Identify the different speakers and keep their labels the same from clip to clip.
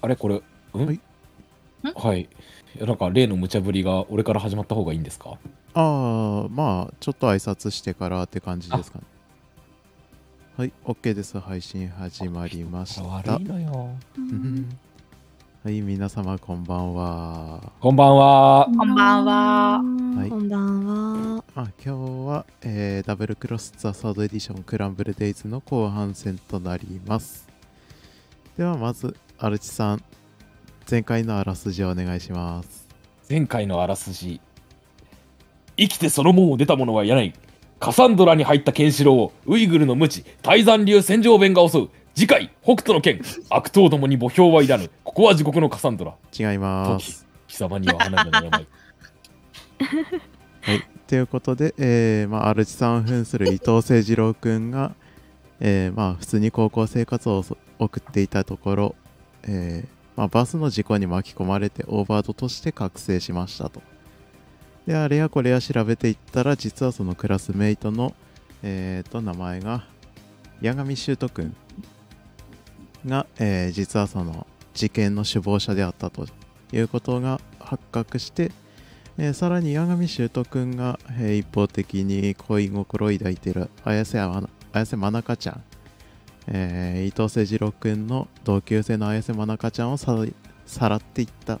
Speaker 1: あれこれ、ん
Speaker 2: はい
Speaker 1: はい。いやなんか例の無茶ぶりが俺から始まった方がいいんですか
Speaker 2: ああ、まあ、ちょっと挨拶してからって感じですかね。はい、OK です。配信始まりまし
Speaker 1: あ
Speaker 2: た。
Speaker 1: のよ。
Speaker 2: うんはい、皆様こんばんは。
Speaker 1: こんばんは。
Speaker 3: こんばんは
Speaker 2: はい
Speaker 4: こんばんは。
Speaker 2: まあ、今日は、えーダブルクロスザサードエディションクランブルデイズの後半戦となります。では、まず、アルチさん、前回のあらすじをお願いします。
Speaker 1: 前回のあらすじ。生きてその門を出た者はやない。カサンドラに入ったケンシロウをウイグルの無知、大山流戦場弁が襲う。次回、北斗の剣。悪党どもに墓標はいらぬ。ここは地獄のカサンドラ。
Speaker 2: 違います。
Speaker 1: 貴様には花がの 病。
Speaker 2: ということで、えーまあ、アルチさんを扮する伊藤誠二郎くんが、えーまあ、普通に高校生活をそ送っていたところ、えーまあ、バスの事故に巻き込まれてオーバードとして覚醒しましたと。で、あれやこれや調べていったら、実はそのクラスメイトの、えーと、名前が、八神修斗くんが、えー実はその事件の首謀者であったということが発覚して、えーさらに八神修斗くんが、えー一方的に恋心を抱いている綾瀬あ綾瀬真中ちゃん、えー伊藤誠二郎くんの同級生の綾瀬真中ちゃんをささらっていったっ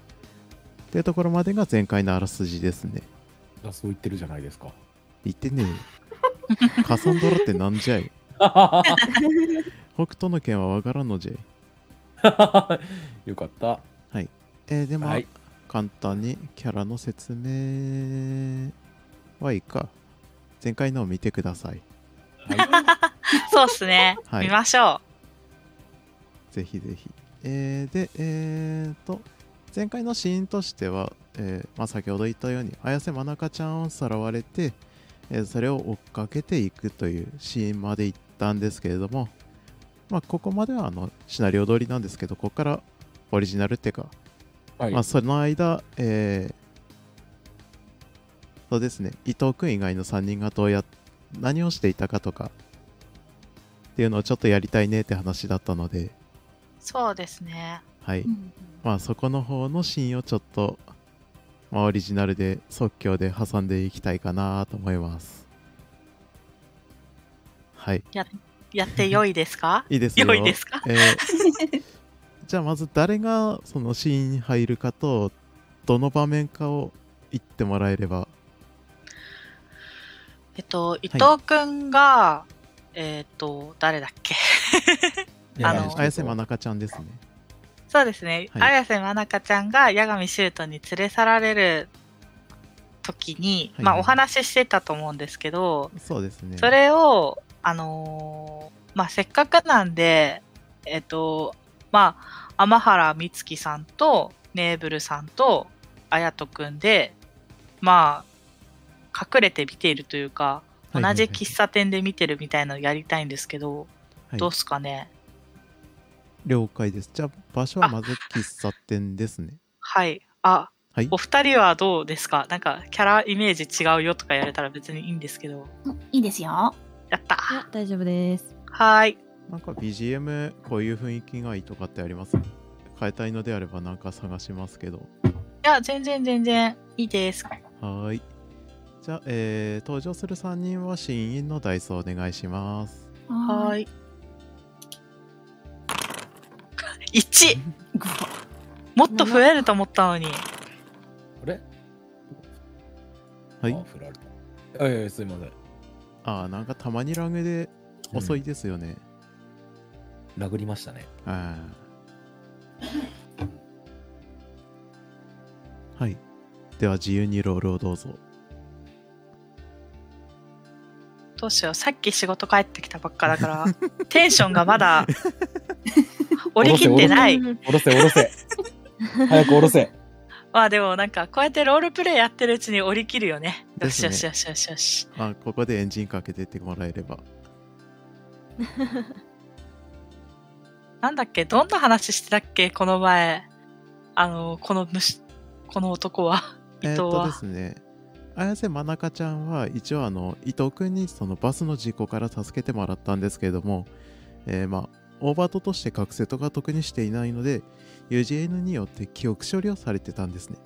Speaker 2: ていうところまでが前回のあらすじですね
Speaker 1: そう言ってるじゃないですか。
Speaker 2: 言ってねえよカサンドラってなんじゃい北斗の剣はわからんのじゃい、
Speaker 1: よかった。
Speaker 2: えーでも、
Speaker 1: はい。
Speaker 2: 簡単にキャラの説明はいいか前回のを見てください
Speaker 3: そうっすね、
Speaker 2: はい
Speaker 3: 見ましょ
Speaker 2: ぜひぜひ。えーで、えーと、前回のシーンとしては、えーまあ、先ほど言ったように、綾瀬真中ちゃんをさらわれて、えーそれを追っかけていくというシーンまで行ったんですけれども、まあ、ここまではあのシナリオ通りなんですけど、ここからオリジナルっていうか、
Speaker 1: はい
Speaker 2: まあ、その間、えーそうですね、伊藤君以外の3人がどうや何をしていたかとかっていうのをちょっとやりたいねって話だったので、
Speaker 3: う。そうですね。
Speaker 2: はい、まあそこの方のシーンをちょっと、まあ、オリジナルで即興で挟んでいきたいかなと思いますはい
Speaker 3: やってよいで すか
Speaker 2: いいですよ
Speaker 3: 良いですか
Speaker 2: えー じゃあまず誰がそのシーンに入るかとどの場面かを言ってもらえれば
Speaker 3: えっと、伊藤くんが、えっと、誰だっけ
Speaker 2: え
Speaker 3: あの
Speaker 2: ー綾瀬真中ちゃんですね
Speaker 3: そうですね、
Speaker 2: はい
Speaker 3: 綾瀬真中ちゃんが八神修斗に連れ去られる時に、
Speaker 2: はい
Speaker 3: まあ、お話ししてたと思うんですけど、
Speaker 2: そうですね
Speaker 3: それを、あのーまあ、せっかくなんで、えっ、と、まあ、天原美月さんと、ネーブルさんと、あやとくんで、まあ、隠れて見ているというか、同
Speaker 2: はいはい
Speaker 3: じ喫茶店で見てるみたいのやりたいんですけど、
Speaker 2: はい
Speaker 3: どうすかね。
Speaker 2: 了解ですじゃあ場所はまず喫茶店ですね
Speaker 3: はい。あ、
Speaker 2: はい
Speaker 3: お二人はどうですかなんか、キャライメージ違うよとかやれたら別にいいんですけど。
Speaker 4: いいですよ。
Speaker 3: やった
Speaker 4: 大丈夫です。
Speaker 3: はーい。
Speaker 2: なんか BGM こういう雰囲気がいいとかってあります変えたいのであればなんか探しますけど。
Speaker 3: いや、全然全然いいです。
Speaker 2: はーい。じゃあ、えー登場する3人は新員のダイスをお願いします。
Speaker 3: はー
Speaker 4: い。
Speaker 3: い。1! もっと増えると思ったのに。
Speaker 1: あれ
Speaker 2: はい
Speaker 1: あ。振られた。いやいや、すいません。
Speaker 2: あー、なんかたまにラグで遅いですよね。
Speaker 1: 殴りましたね。
Speaker 2: あーはい。では自由にロールをどうぞ。
Speaker 3: どうしよう。さっき仕事帰ってきたばっかだ から、テンションがまだ、折り切ってない。
Speaker 1: おろせ、おろ せ。早くおろせ。
Speaker 3: まあでもなんか、こうやってロールプレイやってるうちに折り切るよね。よしよ
Speaker 2: です
Speaker 3: し
Speaker 2: ね
Speaker 3: よしよしよし。
Speaker 2: まあ、ここでエンジンかけてってもらえれば。
Speaker 3: なんだっけどんな話してたっけこの前。あの、この虫、この男は。伊
Speaker 2: えーっ
Speaker 3: 藤
Speaker 2: と
Speaker 3: は。
Speaker 2: ですね、綾瀬真中ちゃんは一応あの伊藤君にそのバスの事故から助けてもらったんですけれども、えーまあオーバートとして学生とか特にしていないので UGN によって記憶処理をされてたんですね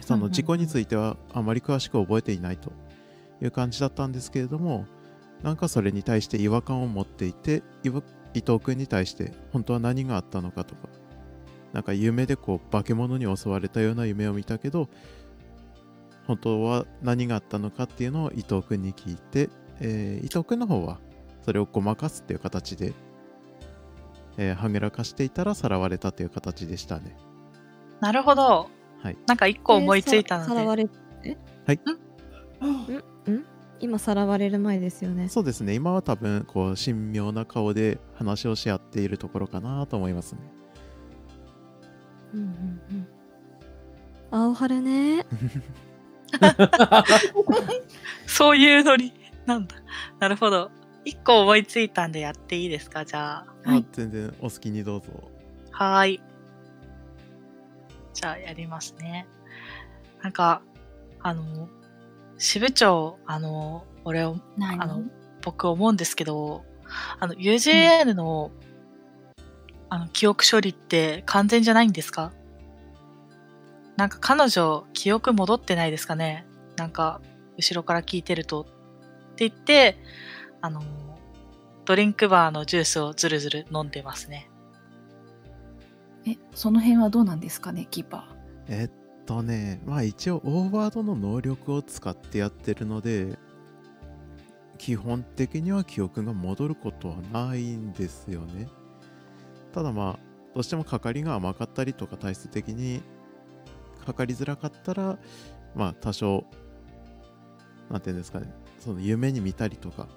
Speaker 2: そ
Speaker 4: うんうんう
Speaker 2: の
Speaker 4: ん
Speaker 2: 事故についてはあまり詳しく覚えていないという感じだったんですけれどもなんかそれに対して違和感を持っていていわ伊藤君に対して本当は何があったのかとかなんか夢でこう化け物に襲われたような夢を見たけど本当は何があったのかっていうのを伊藤君に聞いて、えー伊藤君の方はそれをごまかすっていう形で、えーはぐらかしていたらさらわれたという形でしたね。
Speaker 3: なるほど。
Speaker 2: はい
Speaker 3: なんか一個思いついたの
Speaker 4: さら
Speaker 3: で。
Speaker 4: われえ
Speaker 2: はい
Speaker 4: んんん今さらわれる前ですよね
Speaker 2: そうですね、今は多分こう神妙な顔で話をし合っているところかなと思いますね。
Speaker 4: うんうんうん青春ね
Speaker 3: そういうノリなんだ。なるほど。一個思いついたんでやっていいですかじゃあ。
Speaker 4: はい
Speaker 2: あ全然お好きにどうぞ。
Speaker 3: はーい。じゃあやりますね。なんか、あの、支部長、あの、俺を、
Speaker 4: 何
Speaker 3: あの、僕思うんですけど、あの、UJN の、あの、記憶処理って完全じゃないんですかなんか彼女、記憶戻ってないですかねなんか、後ろから聞いてると。って言って、あの、ドリンクバーのジュースをずるずる飲んでますね。
Speaker 5: えその辺はどうなんですかねキーパー
Speaker 2: えっとね、まあ一応オーバードの能力を使ってやってるので、基本的には記憶が戻ることはないんですよね。ただまあ、どうしても係が甘かったりとか体質的にかかりづらかったら、まあ多少、なんていうんですかね、その夢に見たりとか、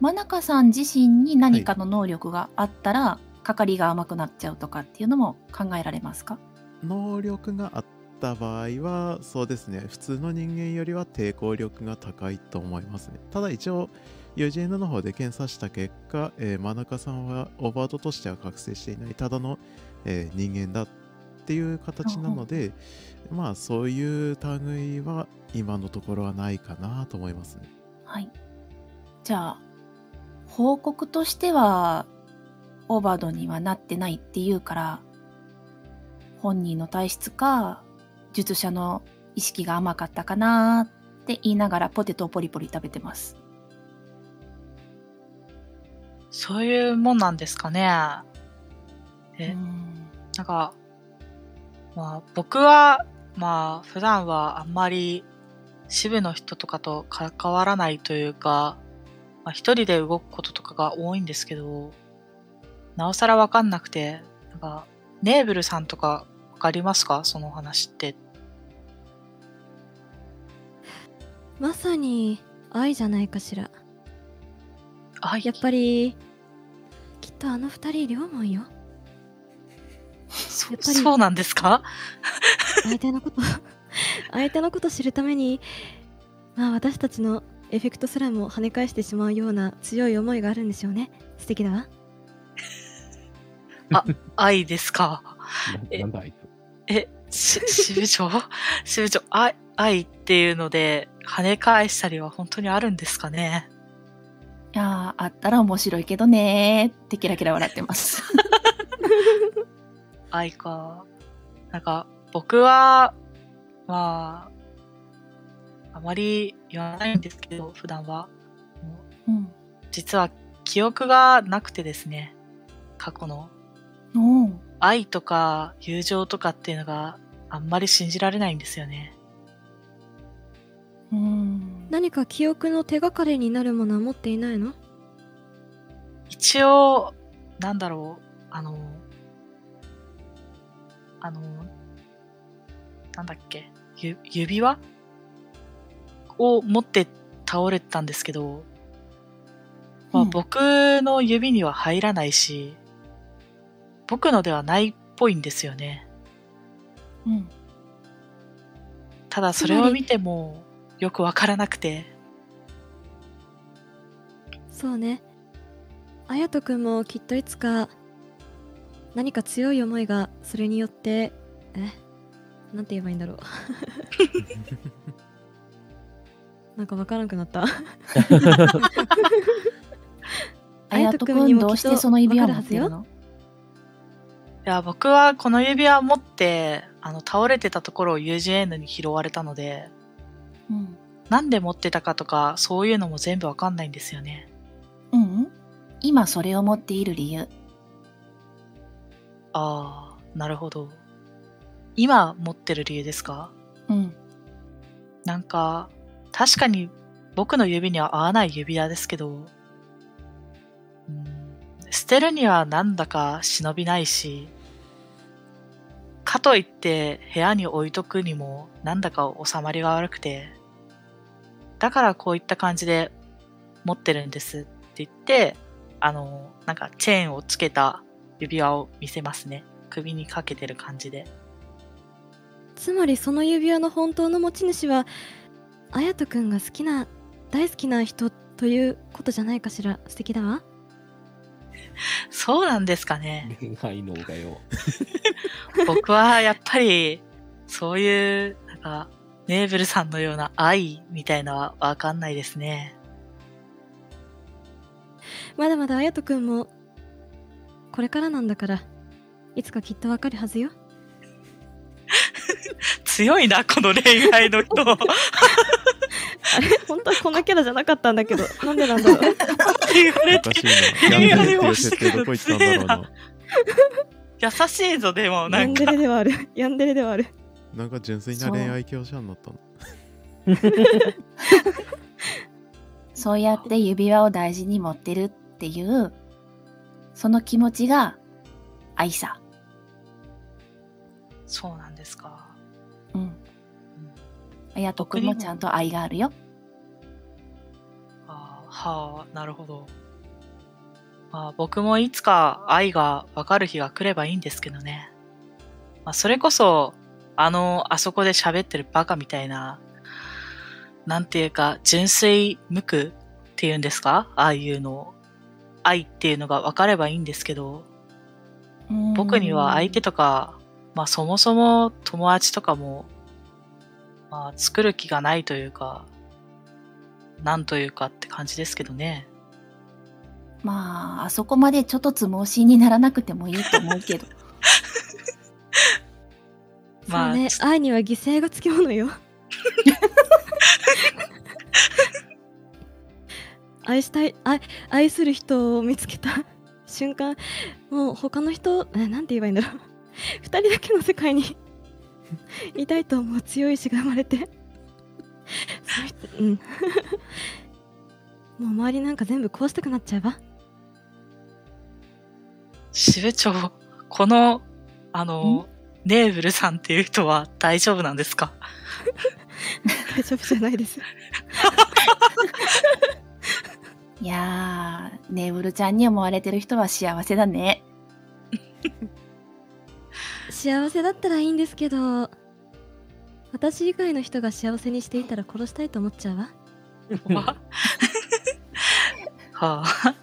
Speaker 5: 真中さん自身に何かの能力があったら、係が甘くなっちゃうとかっていうのも考えられますか
Speaker 2: 能力があった場合はそうですね普通の人間よりは抵抗力が高いと思いますねただ一応 UGN の方で検査した結果、えー、真中さんはオーバードとしては覚醒していないただの、えー人間だっていう形なのでまあそういう類は今のところはないかなと思いますね
Speaker 5: はいじゃあ報告としてはオーバードにはなってないっていうから本人の体質か術者の意識が甘かったかなーって言いながらポテトをポリポリ食べてます
Speaker 3: そういうもんなんですかね。え
Speaker 5: うん
Speaker 3: なんか、まあ僕は、まあ普段はあんまり支部の人とかと関わらないというか、まあ一人で動くこととかが多いんですけど、なおさらわかんなくて、なんか、ネーブルさんとかわかりますかその話って。
Speaker 4: まさに愛じゃないかしら
Speaker 3: あ、
Speaker 4: やっぱりきっとあの二人両思いよ
Speaker 3: そ
Speaker 4: やっぱり
Speaker 3: そうなんですか
Speaker 4: 相手のこと 相手のこと知るためにまあ私たちのエフェクトすらも跳ね返してしまうような強い思いがあるんでしょうね素敵だわ
Speaker 3: 愛ですか。え
Speaker 1: なんだあい
Speaker 3: え、し 支部長 支部長、愛、愛っていうので、跳ね返したりは本当にあるんですかね
Speaker 5: いやーあったら面白いけどねーってキラキラ笑ってます。
Speaker 3: 愛か。なんか、僕は、まあ、あまり言わないんですけど、普段は。
Speaker 5: うん、
Speaker 3: 実は記憶がなくてですね、過去の。
Speaker 5: おー
Speaker 3: 愛とか友情とかっていうのがあんまり信じられないんですよね。
Speaker 5: うん
Speaker 4: 何か記憶の手がかりになるものは持っていないの
Speaker 3: 一応、なんだろう、あの、あの、なんだっけ、ゆ指輪を持って倒れてたんですけど、まあ、
Speaker 5: うん
Speaker 3: 僕の指には入らないし、僕のではないっぽいんですよね。
Speaker 5: うん
Speaker 3: ただそれを見てもよくわからなくて、
Speaker 4: そうねあやとくんもきっといつか何か強い思いがそれによってえなんて言えばいいんだ ろうなんかわからなくなった
Speaker 5: あやと
Speaker 4: あやと
Speaker 5: く
Speaker 4: くんに
Speaker 5: ん
Speaker 4: も
Speaker 5: どうしてその指輪を持ってるの
Speaker 3: いや、僕はこの指輪を持って、あの、倒れてたところを UGN に拾われたので、
Speaker 5: うん
Speaker 3: なんで持ってたかとか、そういうのも全部わかんないんですよね。
Speaker 5: うんうん今それを持っている理由
Speaker 3: ああ、なるほど。今持ってる理由ですか
Speaker 5: うん
Speaker 3: なんか、確かに僕の指には合わない指輪ですけど、うん、捨てるにはなんだか忍びないし、かといって部屋に置いとくにもなんだか収まりが悪くて、だからこういった感じで持ってるんですって言って、あの、なんかチェーンをつけた指輪を見せますね。首にかけてる感じで。
Speaker 4: つまりその指輪の本当の持ち主は綾人くんが好きな大好きな人ということじゃないかしら素敵だわ
Speaker 3: そうなんですかね。
Speaker 1: 恋愛のがよ。
Speaker 3: 僕はやっぱりそういうなんかネーブルさんのような愛みたいなのはわかんないですね
Speaker 4: まだまだ綾人くんもこれからなんだからいつかきっとわかるはずよ
Speaker 3: 強いなこの恋愛の人
Speaker 4: あれ 本当はこんなキャラじゃなかったんだけど なんでなんだろう
Speaker 3: 言われ
Speaker 2: おか
Speaker 3: て
Speaker 2: しいな。
Speaker 3: 恋
Speaker 2: やんで
Speaker 3: 愛
Speaker 2: るってい
Speaker 3: を
Speaker 2: う
Speaker 3: し
Speaker 2: 設
Speaker 3: て
Speaker 2: 定
Speaker 3: る
Speaker 2: どこ行ったんだろう
Speaker 3: 強
Speaker 2: な。
Speaker 3: 優しいぞでもな
Speaker 4: ヤン
Speaker 3: ん
Speaker 4: デ
Speaker 3: か
Speaker 4: レではあるヤンデレではある
Speaker 2: なんか純粋な恋愛教者になったの。
Speaker 5: そうやって指輪を大事に持ってるっていうその気持ちが愛さ
Speaker 3: そうなんですか
Speaker 5: うんあやとくんもちゃんと愛があるよ
Speaker 3: あーはあなるほどまあ僕もいつか愛がわかる日が来ればいいんですけどね、まあ、それこそあのあそこで喋ってるバカみたいななんていうか純粋無垢っていうんですかああいうの愛っていうのが分かればいいんですけど僕には相手とか、まあそもそも友達とかも、まあ作る気がないというか、なんというかって感じですけどね。
Speaker 5: まああそこまでちょっとつ盲信にならなくてもいいと思うけど
Speaker 4: そ
Speaker 3: まあ
Speaker 4: うね愛には犠牲がつきもの よ愛したい愛愛する人を見つけた瞬間もう他の人えなんて言えばいいんだろう二人だけの世界 にいたいと思う強い意志が生まれてその人うん もう周りなんか全部壊したくなっちゃえば
Speaker 3: 支部長、この、あの、ネーブルさんっていう人は大丈夫なんですか
Speaker 4: 大丈夫じゃないです
Speaker 5: いやーねぶるちゃんに思われてる人は幸せだね
Speaker 4: 幸せだったらいいんですけど私以外の人が幸せにしていたら殺したいと思っちゃうわ
Speaker 3: は あ、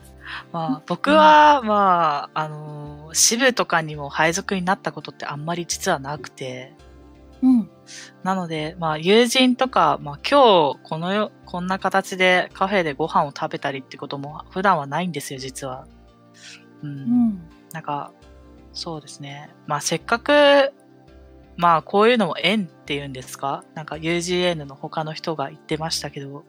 Speaker 3: まあ、僕は、まあ、あの、支部とかにも配属になったことってあんまり実はなくて、
Speaker 5: うん
Speaker 3: なので、まあ、友人とか、まあ、今日このよこんな形でカフェでご飯を食べたりってことも普段はないんですよ実は。う、
Speaker 5: うんん
Speaker 3: なんかそうですね、まあ、せっかく、まあ、こういうのも縁っていうんですかなんか UGN の他の人が言ってましたけど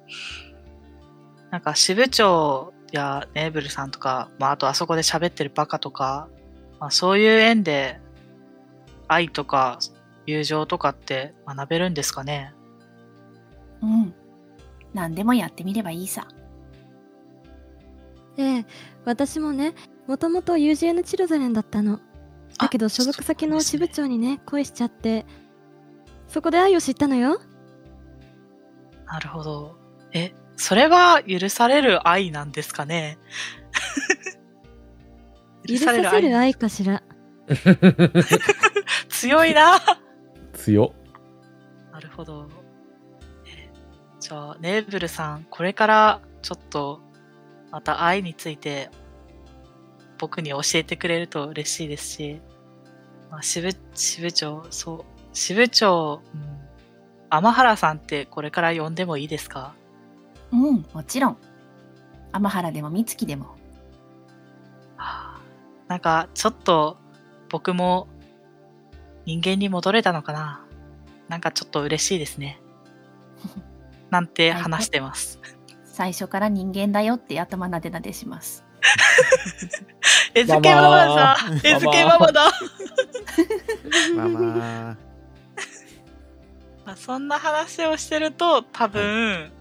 Speaker 3: なんか支部長やネーブルさんとか、まあ、あとあそこで喋ってるバカとか、まあ、そういう縁で愛とか友情とかって学べるんですかね
Speaker 5: うん何でもやってみればいいさ
Speaker 4: ええ私もねもともと UGN チルドレンだったのだけど所属先の支部長にね恋しちゃってそこで愛を知ったのよ
Speaker 3: なるほど。え、それは許される愛なんですかね
Speaker 4: 許させる愛かしら
Speaker 3: 強いな。
Speaker 1: 強
Speaker 3: なるほど。えじゃあ、ネーブルさん、これからちょっとまた愛について僕に教えてくれると嬉しいですし、まあ、支部支部長、そう、支部長、うん、天原さんってこれから呼んでもいいですか
Speaker 5: うんもちろん天原でも美月でも
Speaker 3: なんか、ちょっと、僕も、人間に戻れたのかな。なんかちょっと嬉しいですね。なんて話してます。
Speaker 5: 最初から人間だよって頭なでなでします。
Speaker 3: えずけママだえずけママだ
Speaker 2: まあまあ、
Speaker 3: まあそんな話をしてると、多分、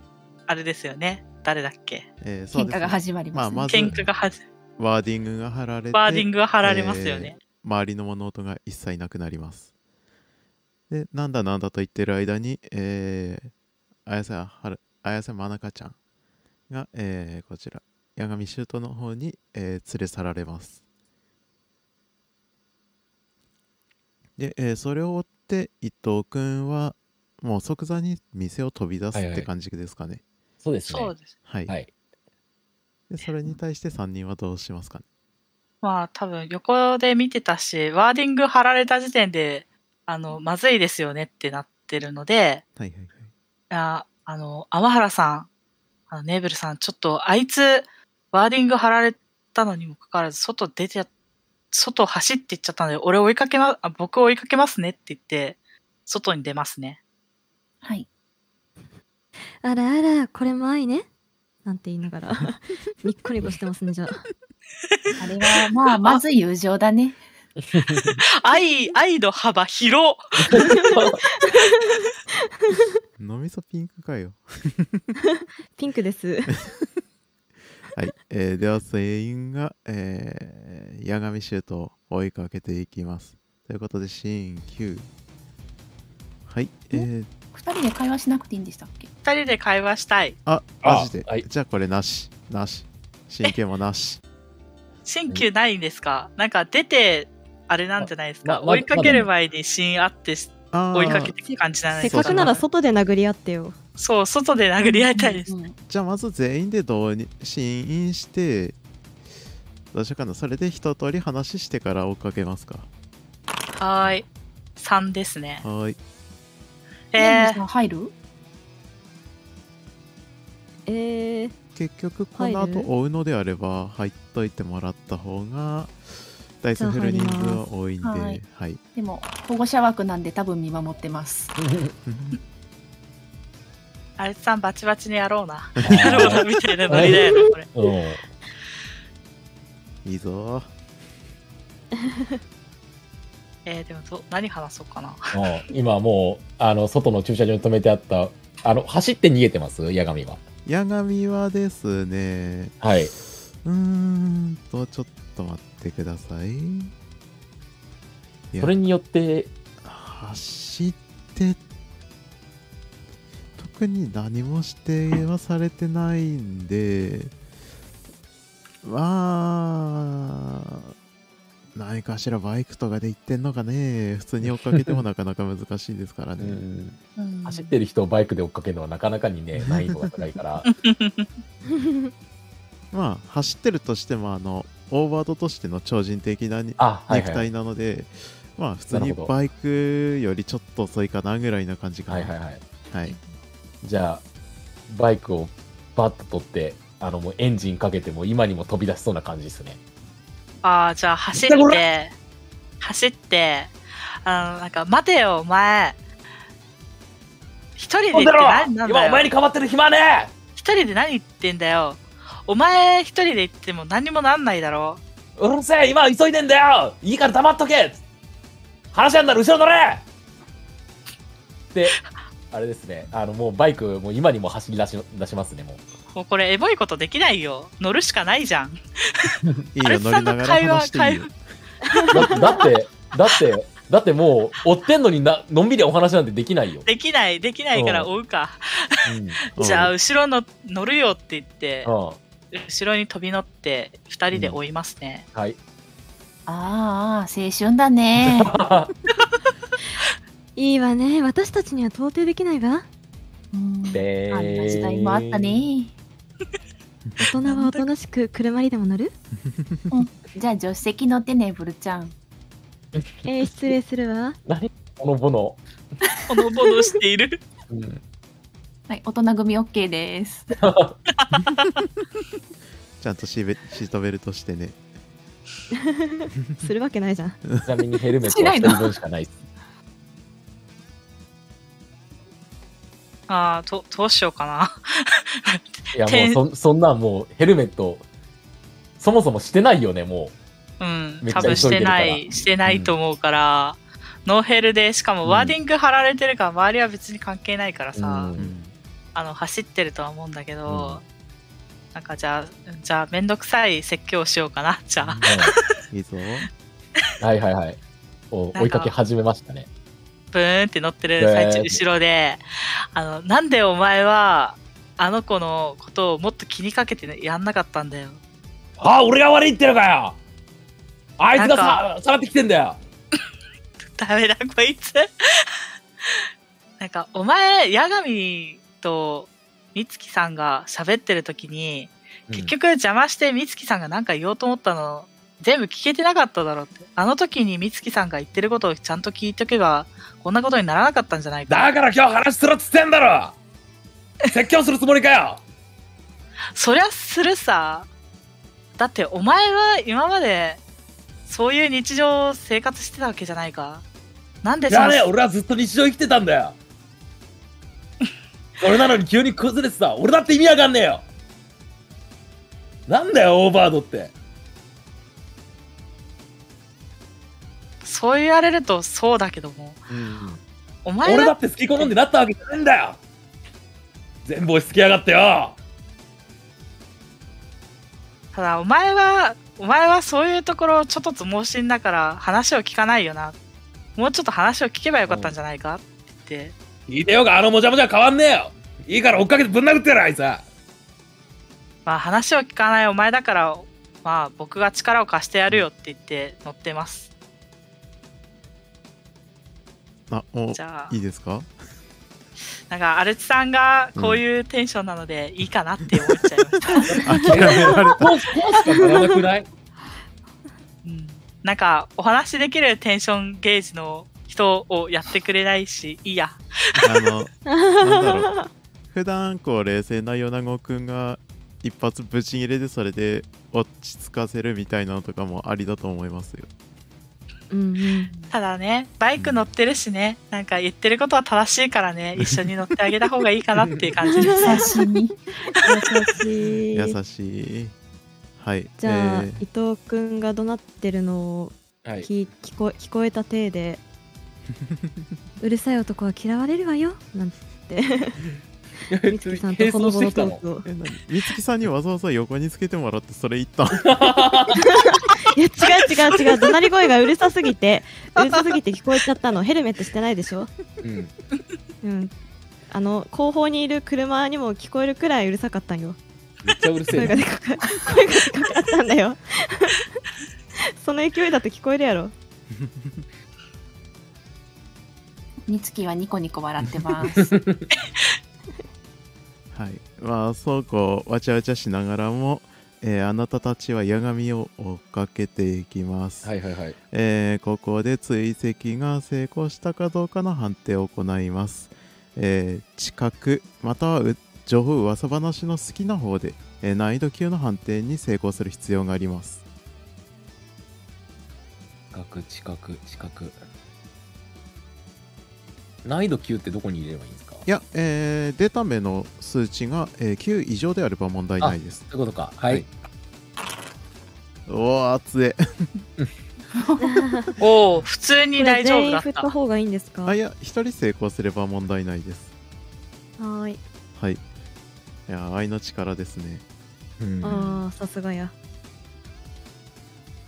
Speaker 3: あれですよね。誰だっけ
Speaker 2: えー、そう
Speaker 5: 喧
Speaker 2: です、ね。
Speaker 5: 嘩が始まります、ね
Speaker 2: まあまず
Speaker 3: 喧嘩がはじ、
Speaker 2: ワーディングが貼られて、
Speaker 3: バーディングが貼られますよね。
Speaker 2: 周りの物音が一切なくなります。で、なんだなんだと言ってる間に、えー、綾瀬はる綾瀬まなかちゃんが、えー、こちら、八神シュートの方に、えー連れ去られます。で、えーそれを追って、伊藤君は、もう即座に店を飛び出す
Speaker 1: はいはい
Speaker 2: って感じですかね。
Speaker 1: そうですね。
Speaker 3: そうです。
Speaker 2: はい。
Speaker 1: はい。
Speaker 2: でそれに対して3人はどうしますかね。
Speaker 3: まあ多分横で見てたし、ワーディング貼られた時点で、あの、まずいですよねってなってるので、
Speaker 2: はいはいはい。
Speaker 3: ああの、天原さん、あのネーブルさん、ちょっとあいつ、ワーディング貼られたのにもかかわらず、外出てや、外走っていっちゃったので、俺追いかけま、あ僕追いかけますねって言って、外に出ますね。
Speaker 5: はい。
Speaker 4: あらあら、これも愛ね。なんて言いながら、 にっこりこしてますね、じゃあ。
Speaker 5: あれは、まあ、まず友情だね。
Speaker 3: 愛、愛の幅広
Speaker 2: 脳みそピンクかよ。
Speaker 4: ピンクです。
Speaker 2: はい、えーでは全員が、えー、八神シュートを追いかけていきます。ということでシーン9。はい、えー、
Speaker 5: 二人で会話しなくていいんでしたっけ
Speaker 3: 二人で会話したい。
Speaker 2: あ、
Speaker 1: あ
Speaker 2: マジで、
Speaker 1: はい
Speaker 2: じゃあこれなし、なし。神経もなし。
Speaker 3: 新旧ないんですかなんか出て、あれなんじゃないですか、
Speaker 1: まま
Speaker 3: 追いかける前に新あってし
Speaker 2: あー
Speaker 3: 追いかけていく感じじゃない
Speaker 4: せ
Speaker 3: で
Speaker 4: っ
Speaker 3: すか
Speaker 4: かくなら外で殴り合ってよ。
Speaker 3: そう、外で殴り合いたいです。
Speaker 5: うん
Speaker 2: じゃあまず全員で同に、シーンして、どうしようかな。それで一通り話してから追っかけますか。
Speaker 3: はーい。3ですね。
Speaker 2: はーい。
Speaker 3: え
Speaker 5: さん入る
Speaker 4: えー、
Speaker 2: 結局この後
Speaker 4: 入る
Speaker 2: 追うのであれば入っといてもらった方が、ダイスフル人数は多いんで、
Speaker 5: じゃあ入り
Speaker 2: はい。
Speaker 5: でも、保護者枠なんで多分見守ってます。
Speaker 3: ー、あれさんバチバチにやろうな。やろう
Speaker 1: は
Speaker 3: な、みたいなノリだよな、これ。
Speaker 1: いうん
Speaker 2: いいぞー。
Speaker 3: えー、でもど、何話そうかな。
Speaker 1: うん今もう、あの、外の駐車場に止めてあった、あの、走って逃げてます矢神は。
Speaker 2: 八神はですね
Speaker 1: はい。
Speaker 2: うーんとちょっと待ってくださいいや
Speaker 1: それによって、
Speaker 2: 走って特に何も指定はされてないんでまあ何かしらバイクとかで行ってんのかね普通に追っかけてもなかなか難しいですからね、
Speaker 5: うん
Speaker 1: 走ってる人をバイクで追っかけるのはなかなかにね、難易度が高いから。
Speaker 2: まあ走ってるとしてもあのオーバードとしての超人的なに
Speaker 1: あ、はい
Speaker 2: 肉
Speaker 1: はい。
Speaker 2: 体なので、まあ普通
Speaker 1: な
Speaker 2: に
Speaker 1: るほど
Speaker 2: バイクよりちょっと遅いかなぐらいな感じかな
Speaker 1: はいはいはい。
Speaker 2: はい
Speaker 1: じゃあ、バイクをバッと取って、あの、もうエンジンかけても今にも飛び出しそうな感じですね。
Speaker 3: ああ、じゃあ、走って、走って、あの、なんか、待てよ、お前。一人で行って何なんだ
Speaker 1: 今お前
Speaker 3: よ。
Speaker 1: にかまってる暇ね
Speaker 3: 一人で何言ってんだよ。お前一人で行っても何にもなんないだろ
Speaker 1: うるせえ今急いでんだよいいから黙っとけ話あんなら後ろ乗れで、あれですね、あの、もうバイク、もう今にも走り出し出しますね、もう。
Speaker 3: もうこれエボいことできないよ。乗るしかないじゃん。
Speaker 2: いいよ
Speaker 3: あれ
Speaker 2: 乗りながら話していいよ
Speaker 3: さんの
Speaker 1: だだって、だって、だってもう、追ってんのにな、のんびりお話なんてできないよ。
Speaker 3: できない、できないから
Speaker 1: うん
Speaker 3: 追うか。
Speaker 1: うん。
Speaker 2: うん
Speaker 3: じゃあ、後ろの乗るよって言っ て、
Speaker 1: うん
Speaker 3: 後ろに飛び乗って、二人で追いますね。
Speaker 1: はい。
Speaker 5: ああ、青春だね。
Speaker 4: いいわね。私たちには到底できないわ。
Speaker 5: うん
Speaker 1: でー
Speaker 5: あんな時代もあったね。
Speaker 4: 大人はおとなしく車にでも乗る
Speaker 5: じゃあ、助手席乗ってね、ブルちゃん。
Speaker 4: えー、失礼する わ。
Speaker 1: 何このボノ。
Speaker 3: ほのぼのしている。
Speaker 1: うん
Speaker 5: はい、大人組 OK です。
Speaker 2: ちゃんとシベシートベルトしてね
Speaker 4: するわけないじゃん。
Speaker 1: ちなみにヘルメッ
Speaker 5: し
Speaker 1: トは
Speaker 5: ない
Speaker 1: 1
Speaker 5: の
Speaker 1: 人分しかないです。
Speaker 3: ああ、どどうしようかな。
Speaker 1: いやも うそそんなんもうヘルメットそもそもしてないよねも
Speaker 3: うん
Speaker 1: めっ、ちゃ
Speaker 3: 多分してな
Speaker 1: 急いでる
Speaker 3: い、してないと思うから、ノーヘルで、しかもワーディング貼られてるから、周りは別に関係ないから
Speaker 1: う。
Speaker 3: さ、
Speaker 1: うん
Speaker 2: うん
Speaker 3: あの、走ってるとは思うんだけ
Speaker 1: う
Speaker 3: ど、なんかじゃあ、じゃあ、めんどくさい説教しようかな、 じゃあ。
Speaker 2: いいぞ。
Speaker 1: はいはいはい。お
Speaker 3: なんか
Speaker 1: 追いかけ始めましたね。
Speaker 3: ブーンって乗ってる最中
Speaker 1: ね
Speaker 3: 後ろで、あの、なんでお前は、あの子のことをもっと気にかけてねやんなかったんだよ。
Speaker 1: あ俺が悪いってのかよあいつが
Speaker 3: な
Speaker 1: さ下がってきてんだよ
Speaker 3: ダメだ、こいつ。 なんか、お前、八神と美月さんが喋ってる時に、結局邪魔して美月さんが何か言おうと思ったの、全部聞けてなかっただろうって。あの時に美月さんが言ってることをちゃんと聞いとけば、こんなことにならなかったんじゃないか。
Speaker 1: だから今日話するっつってんだろ説教するつもりかよ
Speaker 3: そりゃするさ。だってお前は今までそういう日常を生活してたわけじゃないか。なんで
Speaker 1: じゃあね
Speaker 3: その
Speaker 1: 俺はずっと日常生きてたんだ よそれなのに急に崩れてた俺だって意味わかんねえよなんだよオーバードって
Speaker 3: そう言われるとそうだけども。お前
Speaker 1: 俺だ
Speaker 3: は
Speaker 1: って好き好んでなったわけじゃねえんだよ全部押し付けやがってよ
Speaker 3: ただお前はお前はそういうところちょっとつ盲信だから話を聞かないよな。もうちょっと話を聞けばよかったんじゃないかって言って。
Speaker 1: 聞いてよがあのもじゃもじゃ変わんねえよいいから追っかけてぶん殴ってやるあいつは
Speaker 3: まあ話を聞かないお前だから、まあ僕が力を貸してやるよって言って乗ってます。
Speaker 2: あ、も
Speaker 3: じゃあ
Speaker 2: ういいですか
Speaker 3: なんかアルチさんがこういうテンションなのでいいかなって思っちゃいま した。
Speaker 2: 諦められた。
Speaker 1: こうこうしかならなくない
Speaker 3: うんなんかお話しできるテンションゲージの人をやってくれないしいいや
Speaker 2: あの、なんだろう。普段こう冷静な米子くんが一発ぶち入れてそれで落ち着かせるみたいなのとかもありだと思いますよ。
Speaker 4: うんうん。
Speaker 3: ただねバイク乗ってるしねなんか言ってることは正しいからね一緒に乗ってあげた方がいいかなっていう感じです
Speaker 5: 優し
Speaker 4: 優しい。
Speaker 5: い
Speaker 2: 優しい。はい。
Speaker 4: じゃあ、
Speaker 2: えー
Speaker 4: 伊藤くんが怒鳴ってるのを
Speaker 1: はい
Speaker 4: 聞聞こ聞こえた体 でうるさい男は嫌われるわよなんて美月さんとほのぼのトークを
Speaker 2: え、なにみつきさんにわざわざ横につけてもらってそれ言ったん
Speaker 4: いや違う違う違う怒鳴り声がうるさすぎてうるさすぎて聞こえちゃったのヘルメットしてないでしょ
Speaker 1: うん
Speaker 4: うんあの後方にいる車にも聞こえるくらいうるさかったんよ
Speaker 1: めっちゃうるせ
Speaker 4: 声
Speaker 1: え
Speaker 4: が
Speaker 1: な
Speaker 4: でかか声がでかかったんだよ その勢いだと聞こえるやろ
Speaker 5: 美月はニコニコ笑ってます
Speaker 2: はい。まあ、そうこう、わちゃわちゃしながらも、えーあなたたちは矢神を追っかけていきます。
Speaker 1: はいはいはい
Speaker 2: えーここで追跡が成功したかどうかの判定を行います。えー、知覚またはう情報噂話の好きな方で、えー難易度級の判定に成功する必要があります。
Speaker 1: 近く近く近く難易度9ってどこに入れればいいんですか
Speaker 2: いや、えー出た目の数値が、えー9以上であれば問題ないです。
Speaker 1: ということかはい、
Speaker 2: はいおお、熱え。
Speaker 3: おお普通に大丈夫だっ
Speaker 4: これ全員振ったた方がいいんですか
Speaker 2: あ、いや、一人成功すれば問題ないです。
Speaker 4: はーい。
Speaker 2: はい。いや、愛の力ですね。
Speaker 1: うん
Speaker 4: ああ、さすがや。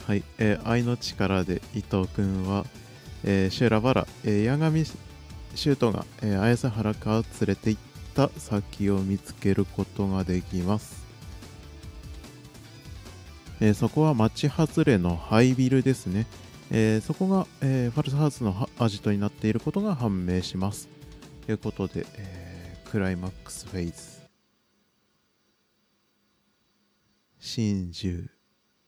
Speaker 2: はい、えー愛の力で伊藤君は、えーシュラバラ、えー、矢神シュートが、えー、綾瀬原川を連れて行った先を見つけることができます、えーそこは町外れのハイビルですね、えーそこが、えーファルスハウスのはアジトになっていることが判明しますということで、えークライマックスフェーズ真珠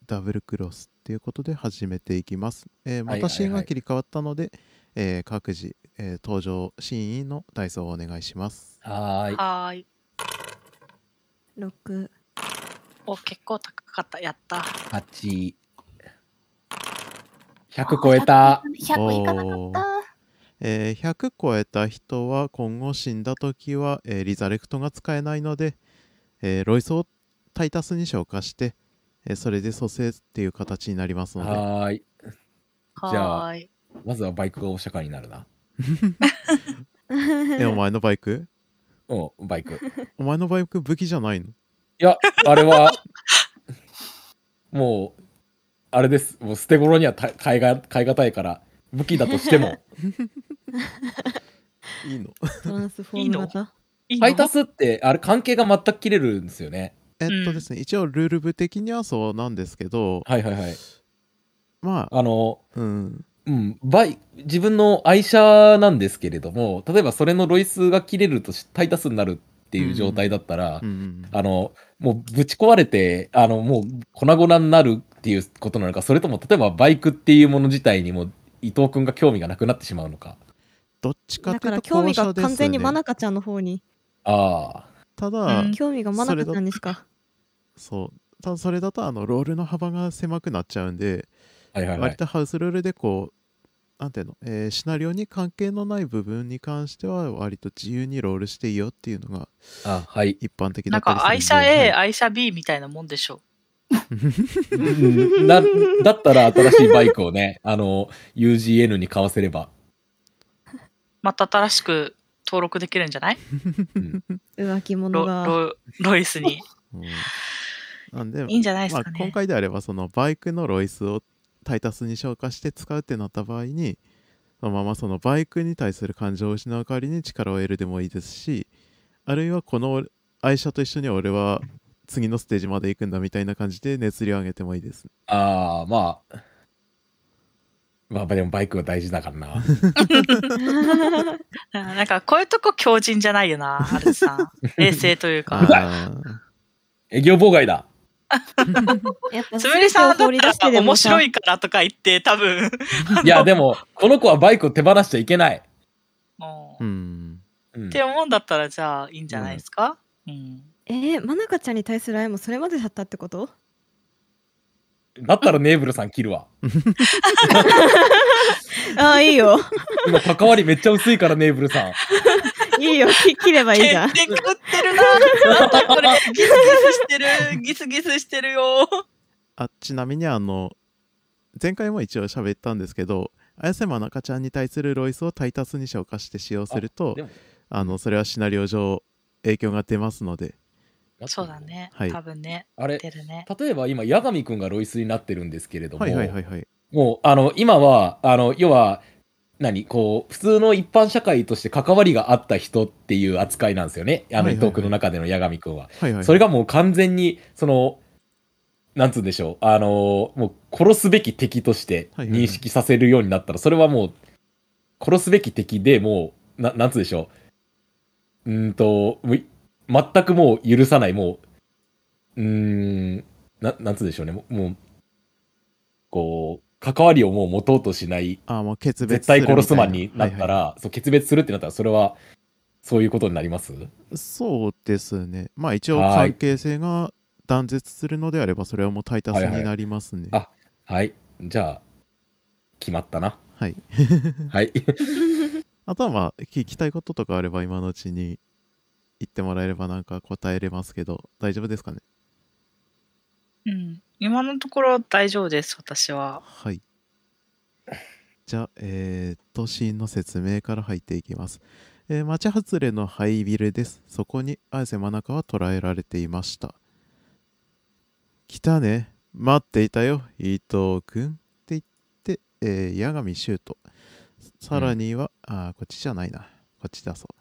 Speaker 2: ダブルクロスということで始めていきます。えーま
Speaker 1: はい
Speaker 2: た
Speaker 1: はい
Speaker 2: シーンが切り替わったので、えー各自、えー登場シーンのダイソーをお願いします。
Speaker 1: はーい
Speaker 3: はーい
Speaker 4: 六。
Speaker 3: お結構高かったやった
Speaker 1: 八
Speaker 6: 100超えた。
Speaker 5: 100いかなかった。
Speaker 2: えー100超えた人は今後死んだ時は、えーリザレクトが使えないので、えーロイスをタイタスに消化して、えーそれで蘇生っていう形になりますので
Speaker 1: はーい。じゃあ
Speaker 3: はーい。
Speaker 1: まずはバイクがお釈迦になるな。
Speaker 2: えお前のバイク
Speaker 1: うん、バイク。い
Speaker 2: お前のバイク武器じゃないの
Speaker 1: や、あれは、もう、あれです。もう捨て頃にはた買いが買い難いから、武器だとしても、
Speaker 2: いいの
Speaker 4: トランスフォーム型
Speaker 3: いいの
Speaker 1: 配達って、あれ関係が全く切れるんですよね。
Speaker 2: えっとですね、一応ルール部的にはそうなんですけど
Speaker 1: はいはいはい。
Speaker 2: まあ
Speaker 1: あの、
Speaker 2: うん
Speaker 1: うん、バイ自分の愛車なんですけれども例えばそれのロイスが切れるとしタイタスになるっていう状態だったら、
Speaker 2: うん
Speaker 1: あのもうぶち壊れてあのもう粉々になるっていうことなのかそれとも例えばバイクっていうもの自体にも伊藤君が興味がなくなってしまうのか
Speaker 2: どっちかっ
Speaker 4: だ
Speaker 2: て
Speaker 4: か
Speaker 2: いう
Speaker 4: ら
Speaker 2: と
Speaker 4: 興味
Speaker 2: 交渉
Speaker 4: が
Speaker 2: です、ね、
Speaker 4: 完全にマナカちゃんの方に、
Speaker 1: あ
Speaker 2: ただ、
Speaker 3: うん
Speaker 4: 興味がマナカちゃんにしか
Speaker 2: そうただそれだとあのロールの幅が狭くなっちゃうんで、
Speaker 1: あはいはいはい
Speaker 2: 割とハウスルールでこうなんていうの、えーシナリオに関係のない部分に関しては割と自由にロールしていいよっていうのが
Speaker 1: あはい
Speaker 2: 一般的
Speaker 3: な
Speaker 2: だ
Speaker 3: ん
Speaker 2: った
Speaker 3: か愛
Speaker 2: りする
Speaker 3: 車
Speaker 2: んで
Speaker 3: A、
Speaker 2: はい
Speaker 3: 愛車 B みたいなもんでしょ
Speaker 1: うんだ だったら新しいバイクをねあの UGN に買わせれば、
Speaker 3: また新しく登録できるんじゃない
Speaker 1: うん、
Speaker 4: 浮気者
Speaker 3: ロ
Speaker 4: が
Speaker 3: ロロイスに。
Speaker 2: うんなんで
Speaker 3: いいんじゃないで
Speaker 2: ますあ
Speaker 3: か、ね
Speaker 2: 今。回であればそのバイクのロイスをタイタスに消化して使うってなった場合にそのままそのバイクに対する感情を失う代わりに力を得るでもいいですしあるいはこの愛車と一緒に俺は次のステージまで行くんだみたいな感じで熱量上げてもいいです
Speaker 1: ああまあまあでもバイクは大事だからな
Speaker 3: うんなんかこういうとこ強靭じゃないよな、アルさん。冷静というか。
Speaker 2: あ
Speaker 1: 営業妨害だ
Speaker 5: やっぱ
Speaker 3: つむりさんだ
Speaker 4: 放り出
Speaker 3: っ
Speaker 4: したて
Speaker 3: ら
Speaker 4: で
Speaker 3: 面
Speaker 4: もさ
Speaker 3: 白いからとか言って、多分。
Speaker 1: いやでもこの子はバイクを手放しちゃいけない、
Speaker 3: も
Speaker 2: ーう
Speaker 3: うっ
Speaker 2: ん
Speaker 1: うん
Speaker 3: て思うんだったら、じゃあいいんじゃないですか、うん
Speaker 4: えー、マナカちゃんに対する愛もそれまでだったってこと
Speaker 1: だったらネーブルさん切るわ
Speaker 4: ああいいよ
Speaker 1: 今関わりめっちゃ薄いからネーブルさ ん
Speaker 4: いいよき切ればいいじゃん
Speaker 3: 決定食ってるな。なんだこれ、ギスギスしてる。ギスギスしてるよ。
Speaker 2: あちなみにあの前回も一応喋ったんですけど綾瀬真中ちゃんに対するロイスをタイタスに消化して使用すると
Speaker 1: でも
Speaker 2: あのそれはシナリオ上影響が出ますので
Speaker 3: そうだね。
Speaker 2: はい
Speaker 3: 多分ね。
Speaker 1: あれ
Speaker 3: 出るね。
Speaker 1: 例えば今八神くんがロイスになってるんですけれども、
Speaker 2: はいはいはいはい
Speaker 1: もうあの今はあの要は何こう普通の一般社会として関わりがあった人っていう扱いなんですよねあ
Speaker 2: はいは
Speaker 1: の
Speaker 2: い
Speaker 1: 伊藤君の中での八神くんは
Speaker 2: はいはい
Speaker 1: それがもう完全にそのなんつうんでしょうあのもう殺すべき敵として
Speaker 2: はいはいはい
Speaker 1: 認識させるようになったら、それはもう殺すべき敵でもうななんつうんでしょううーんともうい全くもう許さないもううーんななんつうんでしょうねもうもうこう関わりをもう持とうとしない
Speaker 2: あもう決
Speaker 1: 絶
Speaker 2: 別
Speaker 1: 対
Speaker 2: するみ
Speaker 1: 殺す
Speaker 2: たい
Speaker 1: マンになったら、
Speaker 2: はいは
Speaker 1: そう決別するってなったらそれはそういうことになります
Speaker 2: いそうですねまあ一応
Speaker 1: はい
Speaker 2: 関係性が断絶するのであればそれはもうタイタスになりますね
Speaker 1: はいはいじゃあ決まったな
Speaker 2: はい
Speaker 1: はい。
Speaker 2: あとはまあ聞きたいこととかあれば今のうちに言ってもらえればなんか答えれますけど大丈夫ですかね
Speaker 3: うん。今のところ大丈夫です、私は。
Speaker 2: はい。じゃあ、えーっと、シーンの説明から入っていきます。えー町外れの灰ビルです。そこに綾瀬真中は捕らえられていました。来たね。待っていたよ、伊藤くん。って言って、えー、八神修斗。さらには、あーこっちじゃないな。こっちだそう。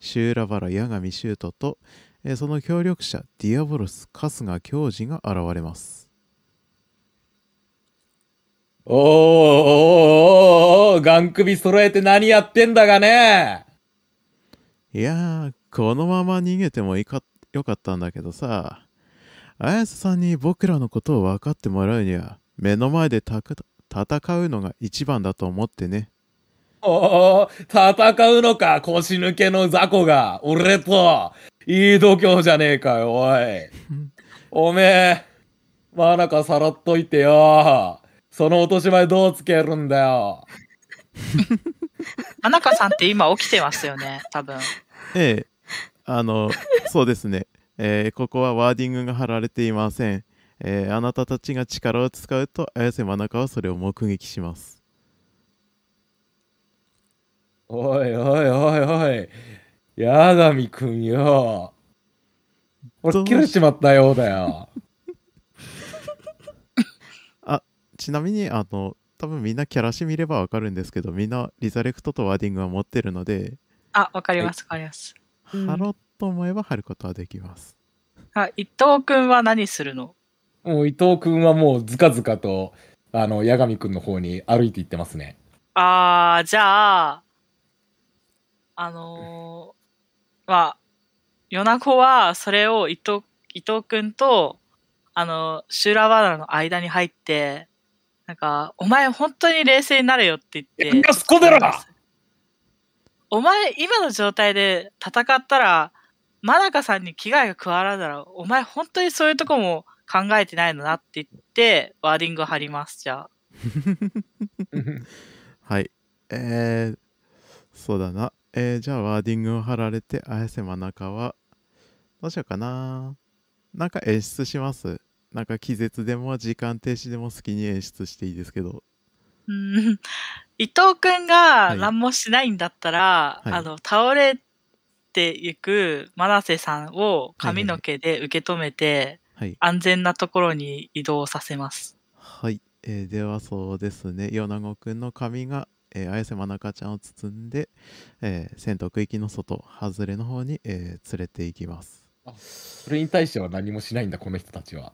Speaker 2: 修羅原八神修斗と、えーその協力者、ディアボロス春日教授が現れます。
Speaker 1: おーおーおーおーガン首揃えて何やってんだがね
Speaker 2: いやー、このまま逃げてもいかよかったんだけどさ、綾瀬さんに僕らのことを分かってもらうには、目の前でたく戦うのが一番だと思ってね。
Speaker 1: おー戦うのか腰抜けの雑魚が俺といい度胸じゃねえかよおいおめえ真中さらっといてよその落とし前どうつけるんだよ。
Speaker 3: 真中さんって今起きてますよね、多 分。
Speaker 2: ええ、あの、そうですね、えーここはワーディングが貼られていません。えーあなたたちが力を使うと、綾瀬真中はそれを目撃します。
Speaker 1: おいおいおいおい。八神くんよ。
Speaker 2: ど
Speaker 1: 俺
Speaker 2: うし
Speaker 1: 切れちまったようだよ。
Speaker 2: ちなみに、あの、多分みんなキャラシ見ればわかるんですけど、みんなリザレクトとワーディングは持ってるので、
Speaker 3: あ、わかります、わかります。
Speaker 4: うん
Speaker 2: 貼ろうと思えば貼ることはできます。
Speaker 3: あ、伊藤くんは何するの
Speaker 1: もう伊藤くんはもうずかずかと、あの、八神くんの方に歩いていってますね。
Speaker 3: あー、じゃあ、あのー、まあ、米子はそれを伊藤、伊藤くんと、あの、シューラバナの間に入って、なんか、お前本当に冷静になれよって言って。
Speaker 1: やすこでろ
Speaker 3: お前、今の状態で戦ったら、真中さんに危害が加わらんだら、お前本当にそういうとこも考えてないのなって言って、ワーディングを貼ります、じゃあ。
Speaker 2: はい。えー、そうだな。えー、じゃあワーディングを貼られて、綾瀬真中は、どうしようかな。なんか演出します。なんか気絶でも時間停止でも好きに演出していいですけど。
Speaker 3: うん伊藤くんが
Speaker 2: い
Speaker 3: 何もしないんだったら、
Speaker 2: はい
Speaker 3: あの倒れていく真瀬さんを髪の毛で受け止めて
Speaker 2: はい。
Speaker 3: 安全なところに移動させます。
Speaker 2: はい。えー、ではそうですね。米子くんの髪が、えー、綾瀬真中ちゃんを包んで、えー、戦闘区域の外、外れの方に、えー連れて行きます。
Speaker 1: あそれに対しては何もしないんだ、この人たちは。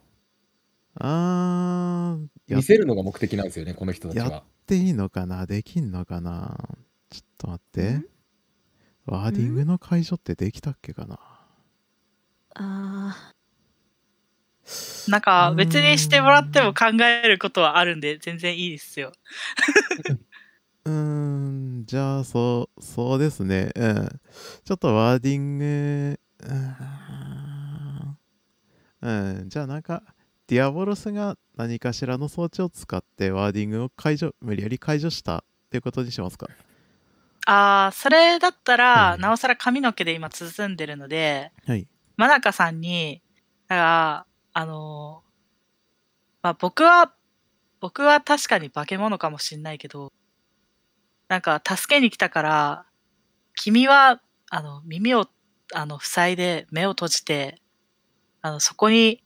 Speaker 2: あー、や
Speaker 1: 見せるのが目的なんですよね、この人たち
Speaker 2: や
Speaker 1: は。
Speaker 2: っていいのかなできんのかなちょっと待って
Speaker 4: ん。
Speaker 2: ワーディングの解除ってできたっけかな
Speaker 4: あ
Speaker 3: なんか
Speaker 2: うん
Speaker 3: 別にしてもらっても考えることはあるんで全然いいですよ。
Speaker 2: うーん、じゃあ、そう、そうですね。うん。ちょっとワーディング、うーん。うん、じゃあなんか、ディアボロスが何かしらの装置を使ってワーディングを解除、無理やり解除したっていうことにしますか
Speaker 3: ああ、それだったら、
Speaker 2: はい
Speaker 3: なおさら髪の毛で今包んでるので、
Speaker 2: はい。
Speaker 3: 真中さんに、だから、あのーまあ、僕は、僕は確かに化け物かもしんないけど、なんか、助けに来たから、君は、あの、耳を、あの、塞いで、目を閉じて、あの、そこに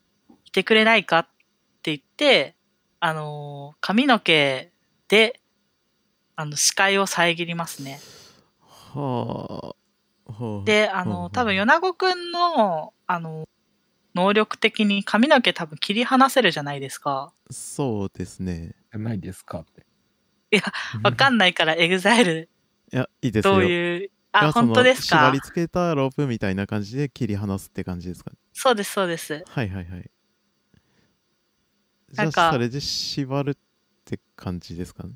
Speaker 3: いてくれないかって言って、あのー髪の毛で、あの、視界を遮りますね。
Speaker 2: はあ。はあ。
Speaker 3: で、あ
Speaker 2: うんう
Speaker 3: の、
Speaker 2: ん
Speaker 3: 多分、米子くんの、あの、能力的に髪の毛多分切り離せるじゃないですか。
Speaker 2: そうですね。
Speaker 1: ないですかって。
Speaker 3: わかんないから、エグザイル、
Speaker 2: いや、いいですよ。
Speaker 3: どういう、
Speaker 2: い
Speaker 3: あ、
Speaker 2: やその
Speaker 3: 本当です
Speaker 2: 縛
Speaker 3: か
Speaker 2: り付けたロープみたいな感じで切り離すって感じですかね。
Speaker 3: そうです、そうです。
Speaker 2: はいはいはい。じ
Speaker 3: な
Speaker 2: ゃ
Speaker 3: んか
Speaker 2: あ、それで縛るって感じですかね。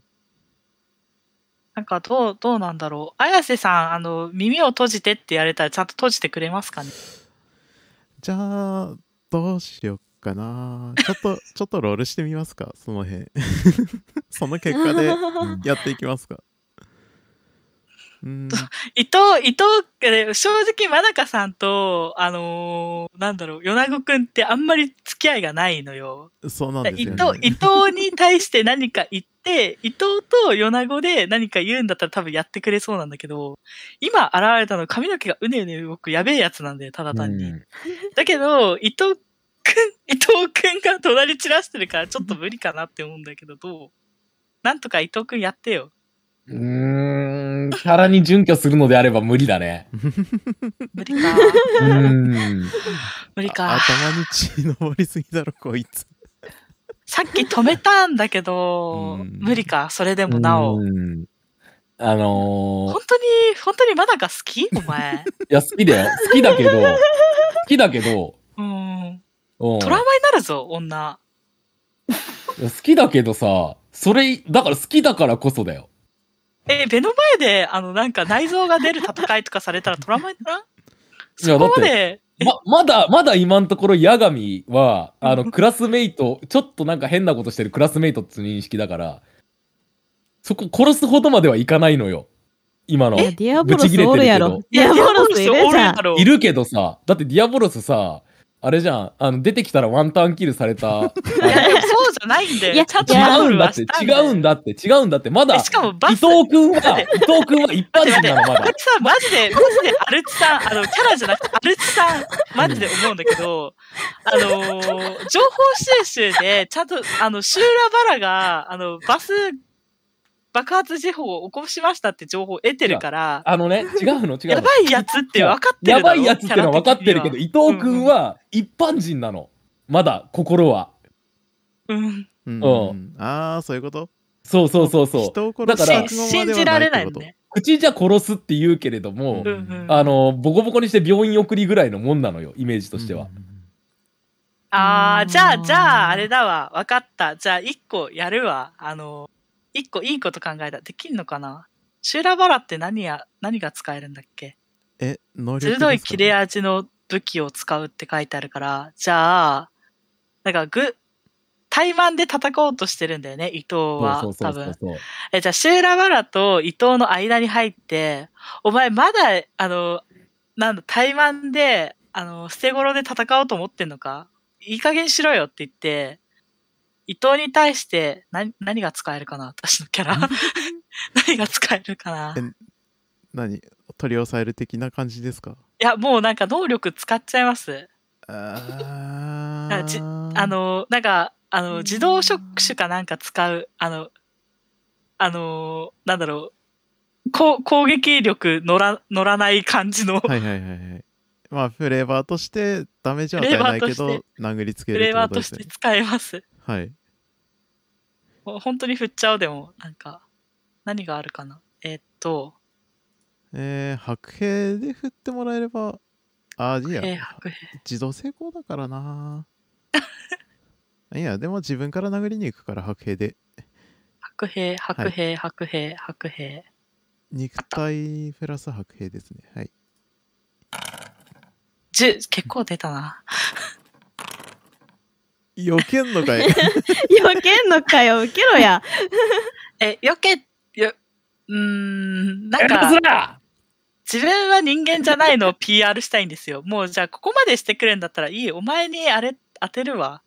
Speaker 3: なんか、どう、どうなんだろう。綾瀬さん、あの、耳を閉じてって言われたら、ちゃんと閉じてくれますかね。
Speaker 2: じゃあ、どうしようかな。ちょっと、 ちょっとロールしてみますか、その辺。 その結果で
Speaker 1: うん
Speaker 2: やっていきますか。うーん、
Speaker 3: 伊藤、伊藤、え正直、真中さんと、あのーなんだろう、米子くんってあんまり付き合いがないのよ。
Speaker 2: そうなんです
Speaker 3: 伊
Speaker 2: よ、
Speaker 3: 藤伊
Speaker 2: ね。
Speaker 3: 藤に対して何か言って、伊藤と米子で何か言うんだったら多分やってくれそうなんだけど、今現れたの髪の毛がうねうね動くやべえやつなんだよ、ただ単に。
Speaker 1: うん
Speaker 3: だけど、伊藤くん、伊藤くんが隣散らしてるからちょっと無理かなって思うんだけど、どうなんとか伊藤くんやってよ。
Speaker 1: うーん、キャラに準拠するのであれば無理だね。
Speaker 3: 無 理か。
Speaker 1: うーん。
Speaker 3: 無理
Speaker 2: あ
Speaker 3: か。
Speaker 2: 頭に血上りすぎだろ、こいつ。
Speaker 3: さっき止めたんだけど、
Speaker 2: うん
Speaker 3: 無理か。それでもな
Speaker 1: う
Speaker 3: お。本
Speaker 1: ーん。あのー、
Speaker 3: 当に、本当にまだか好きお前。
Speaker 1: いや、好きだよ。好きだけど、好きだけど、
Speaker 3: うん。
Speaker 1: うん、
Speaker 3: トラウマになるぞ、女。
Speaker 1: いや好きだけどさ、それ、だから好きだからこそだよ。
Speaker 3: え、目の前で、あの、なんか内臓が出る戦いとかされたらトラウマにならん
Speaker 1: いや
Speaker 3: そこまで
Speaker 1: ままだまだ今のところ八神はあのクラスメイトちょっとなんか変なことしてるクラスメイトって認識だからそこ殺すほどまではいかないのよ今の
Speaker 4: いやディアボロスおるやろ
Speaker 1: ぶ。
Speaker 4: ディアボロスいるじゃん。
Speaker 1: いるけどさだってディアボロスさあれじゃんあの出てきたらワンタンキルされたあ
Speaker 3: いやでもそうじゃないんだよ。
Speaker 4: いや
Speaker 3: ちゃんと
Speaker 1: 違うんだ
Speaker 3: は
Speaker 1: って
Speaker 3: した
Speaker 1: 違
Speaker 3: だよ
Speaker 1: うんだって違うんだってまだ
Speaker 3: えしかもバ
Speaker 1: 伊
Speaker 3: ス
Speaker 1: 藤君は伊藤君は一般人なのま
Speaker 3: こ
Speaker 1: だ
Speaker 3: れさ、マジで、マジで、アルチさん、あの、キャラじゃなくて、アルチさん、マジで思うんだけど、あのー情報収集で、ちゃんと、あの、シューラバラが、あの、バス爆発事故を起こしましたって情報を得てるから、
Speaker 1: あのね違うの違う
Speaker 3: や
Speaker 1: の
Speaker 3: ばいやつって分かってるだ
Speaker 1: や
Speaker 3: ろ
Speaker 1: ばいやつってのは分かってるけど、
Speaker 3: キャ
Speaker 1: 伊藤君は一般人なの。まだ心は。
Speaker 3: ラ的にはうん。
Speaker 2: うん
Speaker 1: う
Speaker 2: ああそういうこと
Speaker 1: そうそうそうそう。
Speaker 2: 人を殺
Speaker 1: だか
Speaker 2: す
Speaker 1: ら
Speaker 2: 覚
Speaker 3: し
Speaker 2: 悟ま
Speaker 3: 信
Speaker 2: で
Speaker 3: じ
Speaker 2: はな
Speaker 3: ら
Speaker 2: い
Speaker 3: れ
Speaker 2: っ
Speaker 3: ない
Speaker 2: て
Speaker 3: ん
Speaker 2: こと
Speaker 3: ね。
Speaker 1: 口じゃ殺すって言うけれども、
Speaker 3: うんうん
Speaker 1: あの、ボコボコにして病院送りぐらいのもんなのよ、イメージとしては。
Speaker 3: あー、
Speaker 5: うん
Speaker 3: じゃあ、じゃあ、あれだわ。分かった。じゃあ、一個やるわ。あの、一個いいこと考えた。できんのかなシューラバラって何や、何が使えるんだっけ
Speaker 2: え能力
Speaker 3: 鋭い切れ
Speaker 2: 合い
Speaker 3: 味の武器を使うって書いてあるから、じゃあ、なんかぐ、対マンで戦おうとしてるんだよね、伊藤は
Speaker 1: そう。そ
Speaker 3: 多
Speaker 1: うそう
Speaker 3: 分。
Speaker 1: そう。
Speaker 3: え、じゃあ、シューラバラと伊藤の間に入って、お前まだ、あの、なんだ、対マンで、あの、捨て頃で戦おうと思ってんのかいい加減しろよって言って、伊藤に対して何、何が使えるかな私のキャラ。 何が使えるかな
Speaker 2: え何取り押さえる的な感じですか
Speaker 3: いや、もうなんか能力使っちゃいます。
Speaker 2: あ
Speaker 3: あじ
Speaker 2: ー
Speaker 3: あの、なんか、あ
Speaker 5: うん
Speaker 3: の、自動触手かなんか使う、あの、あの、なんだろう、こう攻撃力乗ら、乗らない感じの、
Speaker 2: はいはいはいはいまあフレーバーとしてダメージは与え
Speaker 3: フレーバ
Speaker 2: な
Speaker 3: ー
Speaker 2: い
Speaker 3: と
Speaker 2: け
Speaker 3: して
Speaker 2: ど殴りつけ
Speaker 3: フ
Speaker 2: るっ
Speaker 3: レ
Speaker 2: て
Speaker 3: ーバ
Speaker 2: こと
Speaker 3: ー
Speaker 2: で
Speaker 3: と
Speaker 2: す
Speaker 3: し
Speaker 2: ね
Speaker 3: て使えます。
Speaker 2: はい
Speaker 3: もう本当に振っちゃおうでも、なんか、何があるかな。えーっと、
Speaker 2: えー、白兵で振ってもらえればあーい
Speaker 3: えー
Speaker 2: や
Speaker 3: 白兵
Speaker 2: 自動成功だからな いやでも自分から殴りに行くから白兵で
Speaker 3: 白兵、白兵、白兵、白兵。
Speaker 2: 肉体プラス白兵ですねはい
Speaker 3: 10、結構出たな。
Speaker 2: 避けんのか い
Speaker 4: 避けんのかよ、受けろや。
Speaker 3: え、よけ、よ、うーん、な
Speaker 1: エ
Speaker 3: んか
Speaker 1: ラ、スラ
Speaker 3: 自分は人間じゃないのを PR したいんですよ。もうじゃあここまでしてくれんだったらいい。お前にあれ当てるわ。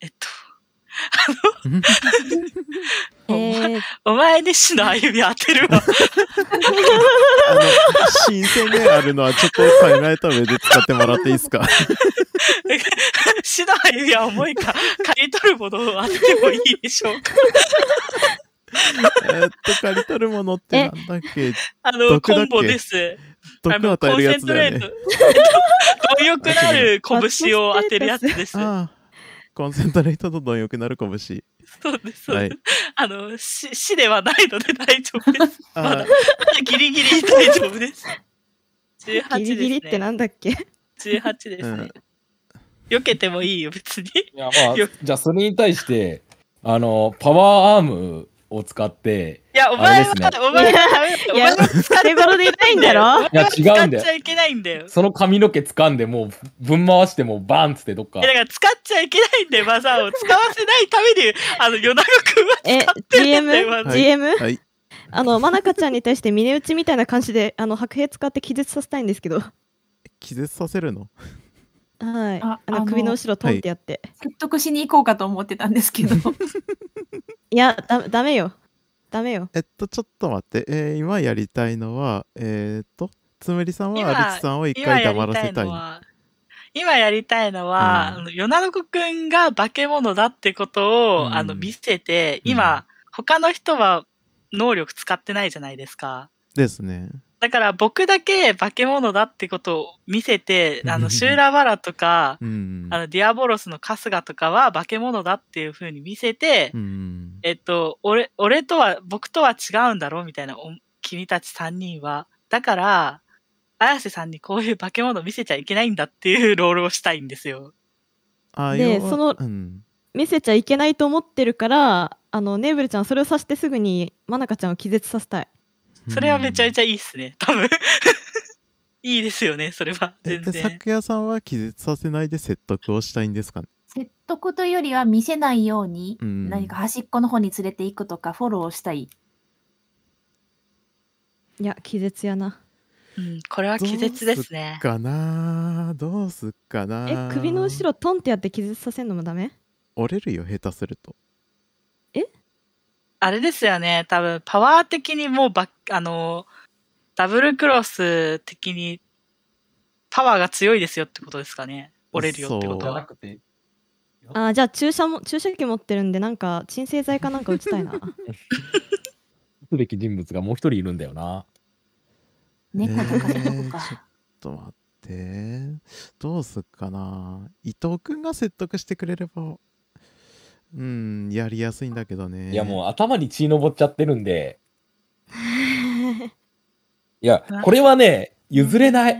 Speaker 3: えっ
Speaker 4: え
Speaker 3: と、
Speaker 4: ー、
Speaker 3: お前に死の歩み当て る
Speaker 2: あ
Speaker 3: わ。
Speaker 2: の新鮮であるのはちょっと考えた上で使ってもらっていいですか
Speaker 3: 死の歩みは重いか、借り取るものを当ててもいいでしょうか。
Speaker 2: えーっと借り取るものってなんだっけ
Speaker 3: あの、
Speaker 2: 毒だ
Speaker 3: コ
Speaker 2: っけ
Speaker 3: ンボです。あ
Speaker 2: 毒
Speaker 3: の、
Speaker 2: 与
Speaker 3: コ
Speaker 2: え
Speaker 3: ン
Speaker 2: る
Speaker 3: セ
Speaker 2: やつ
Speaker 3: ント
Speaker 2: だ
Speaker 3: レ
Speaker 2: よ
Speaker 3: ー
Speaker 2: ね
Speaker 3: ト。貪欲な る拳を当てるやつです。
Speaker 2: ああコンセントレートと貪欲なる拳
Speaker 3: そうです。そう
Speaker 2: は
Speaker 3: で
Speaker 2: い
Speaker 3: すあの、死死ではないので大丈夫 です。 ま
Speaker 2: あ
Speaker 3: だギリギリ大丈夫です。18
Speaker 4: ギリギリっ
Speaker 3: ですね。
Speaker 4: てなんだっけ
Speaker 3: 18ですね。避けてもいいよ、別に。
Speaker 1: いや、まあ、じゃあそれに対して、あの、パワーアームを使って、
Speaker 3: いや、お前は、
Speaker 1: あれです
Speaker 3: お前はダメだよ。
Speaker 4: い
Speaker 3: お前
Speaker 4: や
Speaker 3: は使っ、
Speaker 4: 手頃でいないんだろ。
Speaker 1: いや、
Speaker 3: ちゃ
Speaker 1: 違うんだよ。
Speaker 3: いけないんだよ。
Speaker 1: その髪の毛掴んで、もう、ぶん回して、もう、バーンっつって、どっか
Speaker 3: いや、だ。から使っちゃいけないんだよ、技を。使わせないために、あの、夜中くんは
Speaker 4: え
Speaker 3: 使ってるんだよ、
Speaker 4: GM?GM?
Speaker 3: 技
Speaker 2: はいはい
Speaker 4: あの、まなかちゃんに対して峰打ちみたいな感じで、あの、白兵使って気絶させたいんですけど。はい。
Speaker 2: 気絶させるの
Speaker 4: あ
Speaker 5: あ
Speaker 4: の、
Speaker 5: あの
Speaker 4: 首の後ろトンってやって。
Speaker 5: 説得しに行こうかと思ってたんですけど
Speaker 4: いや、だ、だめよ。だめよ。
Speaker 2: えっとちょっと待って、えー今やりたいのはえーっとつむりさんは
Speaker 3: 今
Speaker 2: アリツさんを一
Speaker 3: 今
Speaker 2: 回
Speaker 3: や
Speaker 2: 黙
Speaker 3: り
Speaker 2: ら
Speaker 3: た
Speaker 2: せ
Speaker 3: い
Speaker 2: たい
Speaker 3: のは、今やりたいのは、
Speaker 2: うん
Speaker 3: あの夜中くんが化け物だってことを、
Speaker 2: うん
Speaker 3: あの、見せて、
Speaker 2: うん
Speaker 3: 今、他の人は能力使ってないじゃないですか。
Speaker 2: ですね
Speaker 3: だから僕だけ化け物だってことを見せて、あの、シューラバラとか、
Speaker 2: うん
Speaker 3: あの、ディアボロスの春日とかは化け物だっていう風に見せて、
Speaker 2: うん
Speaker 3: えっと、俺、俺とは、僕とは違うんだろうみたいな、お君たち3人は。だから、綾瀬さんにこういう化け物見せちゃいけないんだっていうロールをしたいんですよ。
Speaker 2: あ
Speaker 4: で
Speaker 2: 要は
Speaker 4: その
Speaker 2: うん
Speaker 4: 見せちゃいけないと思ってるから、あの、ネーブルちゃん、それをさしてすぐに、まなかちゃんを気絶させたい。
Speaker 3: それはめちゃめち
Speaker 2: ゃ
Speaker 3: ゃいいっすね、多分。 いいですよね、それは。
Speaker 2: え
Speaker 3: 全
Speaker 2: で
Speaker 3: 然。
Speaker 2: 昨夜さんは気絶させないで説得をしたいんですかね
Speaker 5: 説得というよりは見せないように
Speaker 2: うん
Speaker 5: 何か端っこの方に連れて行くとかフォローしたい。
Speaker 4: いや気絶やな
Speaker 3: うん、これは気絶ですね。
Speaker 2: かなーどうすっかな
Speaker 4: え
Speaker 2: ー
Speaker 4: 首の後ろトンってやって気絶させるのもダメ
Speaker 2: 折れるよ下手すると
Speaker 3: あれですよね、多分パワー的にもうバッあのー、ダブルクロス的にパワーが強いですよってことですかね。折れるよってこと
Speaker 1: じゃな
Speaker 3: は。
Speaker 1: くて、
Speaker 4: あーじゃあ注射も注射器持ってるんでなんか鎮静剤かなんか打ち たいな
Speaker 1: 撃つべき人物がもう一人いるんだよな。
Speaker 5: 猫とか
Speaker 2: ねえ
Speaker 5: 猫
Speaker 2: ちょっ
Speaker 5: か。
Speaker 2: ちょっと待ってどうすっかな伊藤君が説得してくれればうんやりやすいんだけどね
Speaker 1: いやもう頭に血上っちゃってるんで、いや、これはね、譲れない。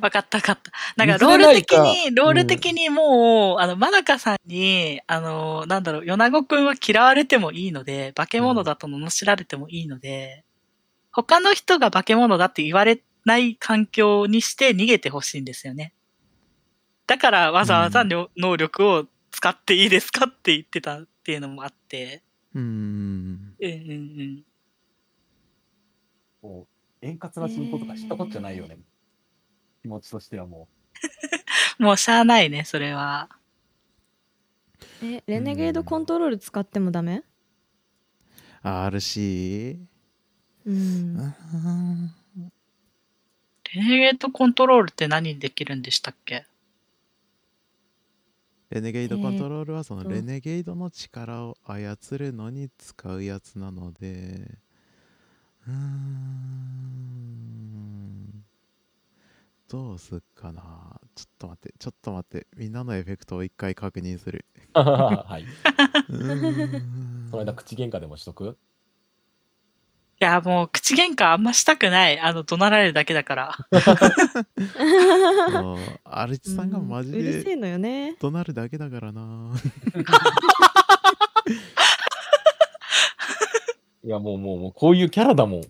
Speaker 3: わかったわかった。なんかロ
Speaker 1: 譲
Speaker 3: ー
Speaker 1: れな
Speaker 3: ル
Speaker 1: い
Speaker 3: 的
Speaker 1: か
Speaker 3: に、ロール的にもう、あの、まなかさんに、あのー、なんだろう、米子くんは嫌われてもいいので、化け物だと罵られてもいいので、他の人が化け物だって言われない環境にして逃げてほしいんですよね。だからわざわざの能力を使っていいですかって言ってたっていうのもあって、
Speaker 2: うん
Speaker 3: うんうんうん。
Speaker 1: もう円滑な進行とか知ったことじゃないよね。気持ちとしてはも
Speaker 3: もうしゃあないね、それは。
Speaker 4: えレネゲードコントロール使ってもダメ
Speaker 2: RC
Speaker 4: う
Speaker 2: う
Speaker 4: ん
Speaker 2: ん
Speaker 3: レネゲートコントロールって何できるんでしたっけ
Speaker 2: レネゲイドコントロールはその
Speaker 4: えーと
Speaker 2: レネゲイドの力を操るのに使うやつなのでうーんどうすっかなちょっと待ってちょっと待ってみんなのエフェクトを一回確認 する
Speaker 1: う。はい。
Speaker 2: うーん
Speaker 1: その間口喧嘩でもしとく
Speaker 3: いや、もう、口喧嘩あんましたくない。あの、怒鳴られるだけだから。
Speaker 2: もうアルチさんがマジ
Speaker 4: うるせえ
Speaker 2: で
Speaker 4: のよね
Speaker 2: 怒鳴るだけだからない
Speaker 1: やもうもうもうこういうキャラだもん。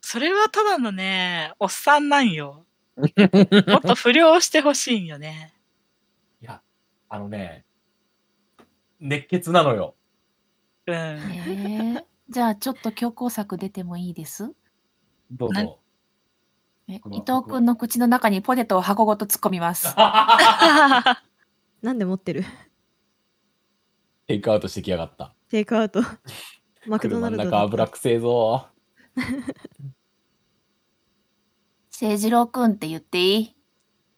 Speaker 3: それはただのね、おっさんなんよ。もっと不良をしてほしいんよね。
Speaker 1: いや、あのね、熱血なのよ。
Speaker 3: うん。
Speaker 5: ええじゃあちょっと強行策出てもいいです
Speaker 1: どう
Speaker 3: な
Speaker 1: ぞ。
Speaker 5: え伊
Speaker 1: 僕は
Speaker 5: 藤君の口の中にポテトを箱ごと突っ込みます。
Speaker 4: なんで持ってる
Speaker 1: テイクアウトしてきやがった。
Speaker 4: テイ クアウトマクドナルド
Speaker 1: 車の中油くせえぞ。
Speaker 5: 誠次郎君って言ってい い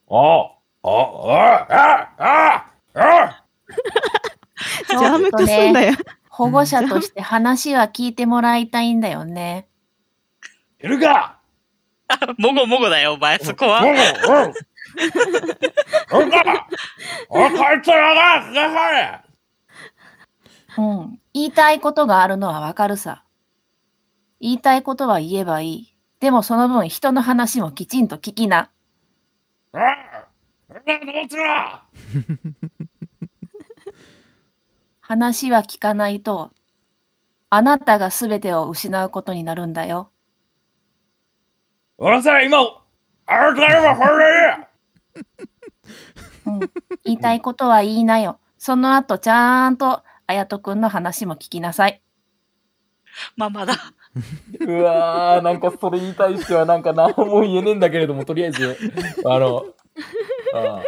Speaker 1: ああああああああ
Speaker 5: ち
Speaker 4: ジャー
Speaker 5: ょ
Speaker 4: ム
Speaker 5: っ
Speaker 4: 化
Speaker 5: と
Speaker 4: すんだ
Speaker 5: ね、
Speaker 4: よ、
Speaker 5: 保護者として話は聞いてもらいたいんだよね。
Speaker 1: いるか
Speaker 3: もごもごだよ、お前、そこは。
Speaker 1: は。おうんかおいこいつらが、がかれ
Speaker 5: うん。言いたいことがあるのはわかるさ。言いたいことは言えばいい。でもその分人の話もきちんと聞きな。
Speaker 1: おい俺らどうするわ
Speaker 5: 話は聞かないと、あなたが全てを失うことになるんだよ。
Speaker 1: 俺さ、今、あれからもこれで
Speaker 5: うん。言いたいことは言いなよ。その後ちゃんと、あやとくんの話も聞きなさい。
Speaker 3: ママだ。
Speaker 1: うわー、なんかそれに対してはなんか何も言えねえんだけれども、とりあえず、あ の、ああ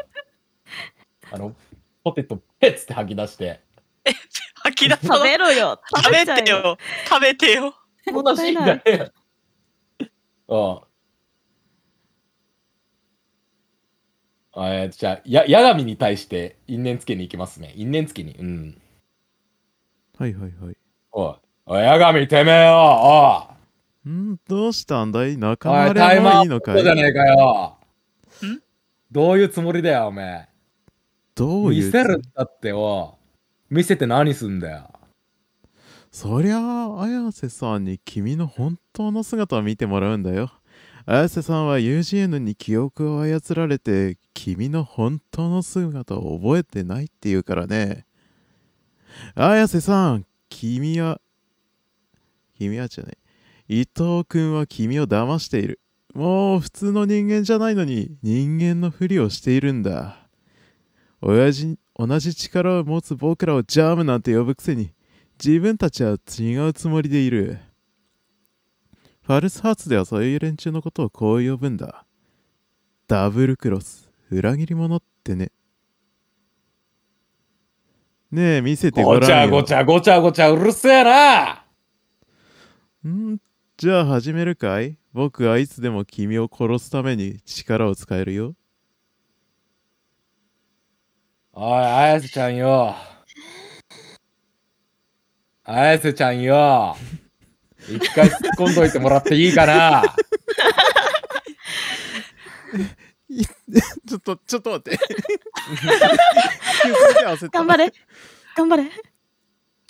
Speaker 1: あの、ポテトペッつって吐き出して、
Speaker 3: 吐き出さ
Speaker 4: 食
Speaker 3: ない。
Speaker 4: べろよ
Speaker 3: 食べ
Speaker 4: ちゃえ
Speaker 3: てよ。食べてよ。
Speaker 1: もうしいんだね。ああ。あえーじゃあ、や、矢神に対して因縁つけに行きますね。因縁つけに。うん。
Speaker 2: はいはいはい
Speaker 1: おい、おい、矢神てめえよ
Speaker 2: んどうしたんだい仲
Speaker 1: おい、おい、
Speaker 2: 間
Speaker 1: タイ
Speaker 2: れも
Speaker 1: マ
Speaker 2: いいの
Speaker 1: ー
Speaker 2: か
Speaker 1: そうじゃ
Speaker 2: い
Speaker 1: ねえかよ
Speaker 3: ん
Speaker 1: どういうつもりだよ、おめえ。
Speaker 2: どう
Speaker 1: 見
Speaker 2: いう
Speaker 1: せるんだってよ。見せて何すんだよ。
Speaker 2: そりゃあ綾瀬さんに君の本当の姿を見てもらうんだよ綾瀬さんは UGN に記憶を操られて君の本当の姿を覚えてないって言うからね綾瀬さん君は君はじゃない伊藤君は君を騙しているもう普通の人間じゃないのに人間のふりをしているんだ。親父同じ力を持つ僕らをジャムなんて呼ぶくせに自分たちは違うつもりでいる。ファルスハーツではそういう連中のことをこう呼ぶんだ。ダブルクロス、裏切り者ってね。ねえ、見せてご
Speaker 1: ごち
Speaker 2: ら
Speaker 1: ゃ
Speaker 2: んよ。
Speaker 1: ごちゃごちゃごちゃうるせえなん
Speaker 2: じゃあ始めるかい僕はいつでも君を殺すために力を使えるよ。
Speaker 1: おい、綾瀬ちゃんよ。綾瀬ちゃんよ。一回突っ込んどいてもらっていいかな
Speaker 2: ちょっと、ちょっと待って。急すぎて焦った
Speaker 4: 頑張れ頑張れ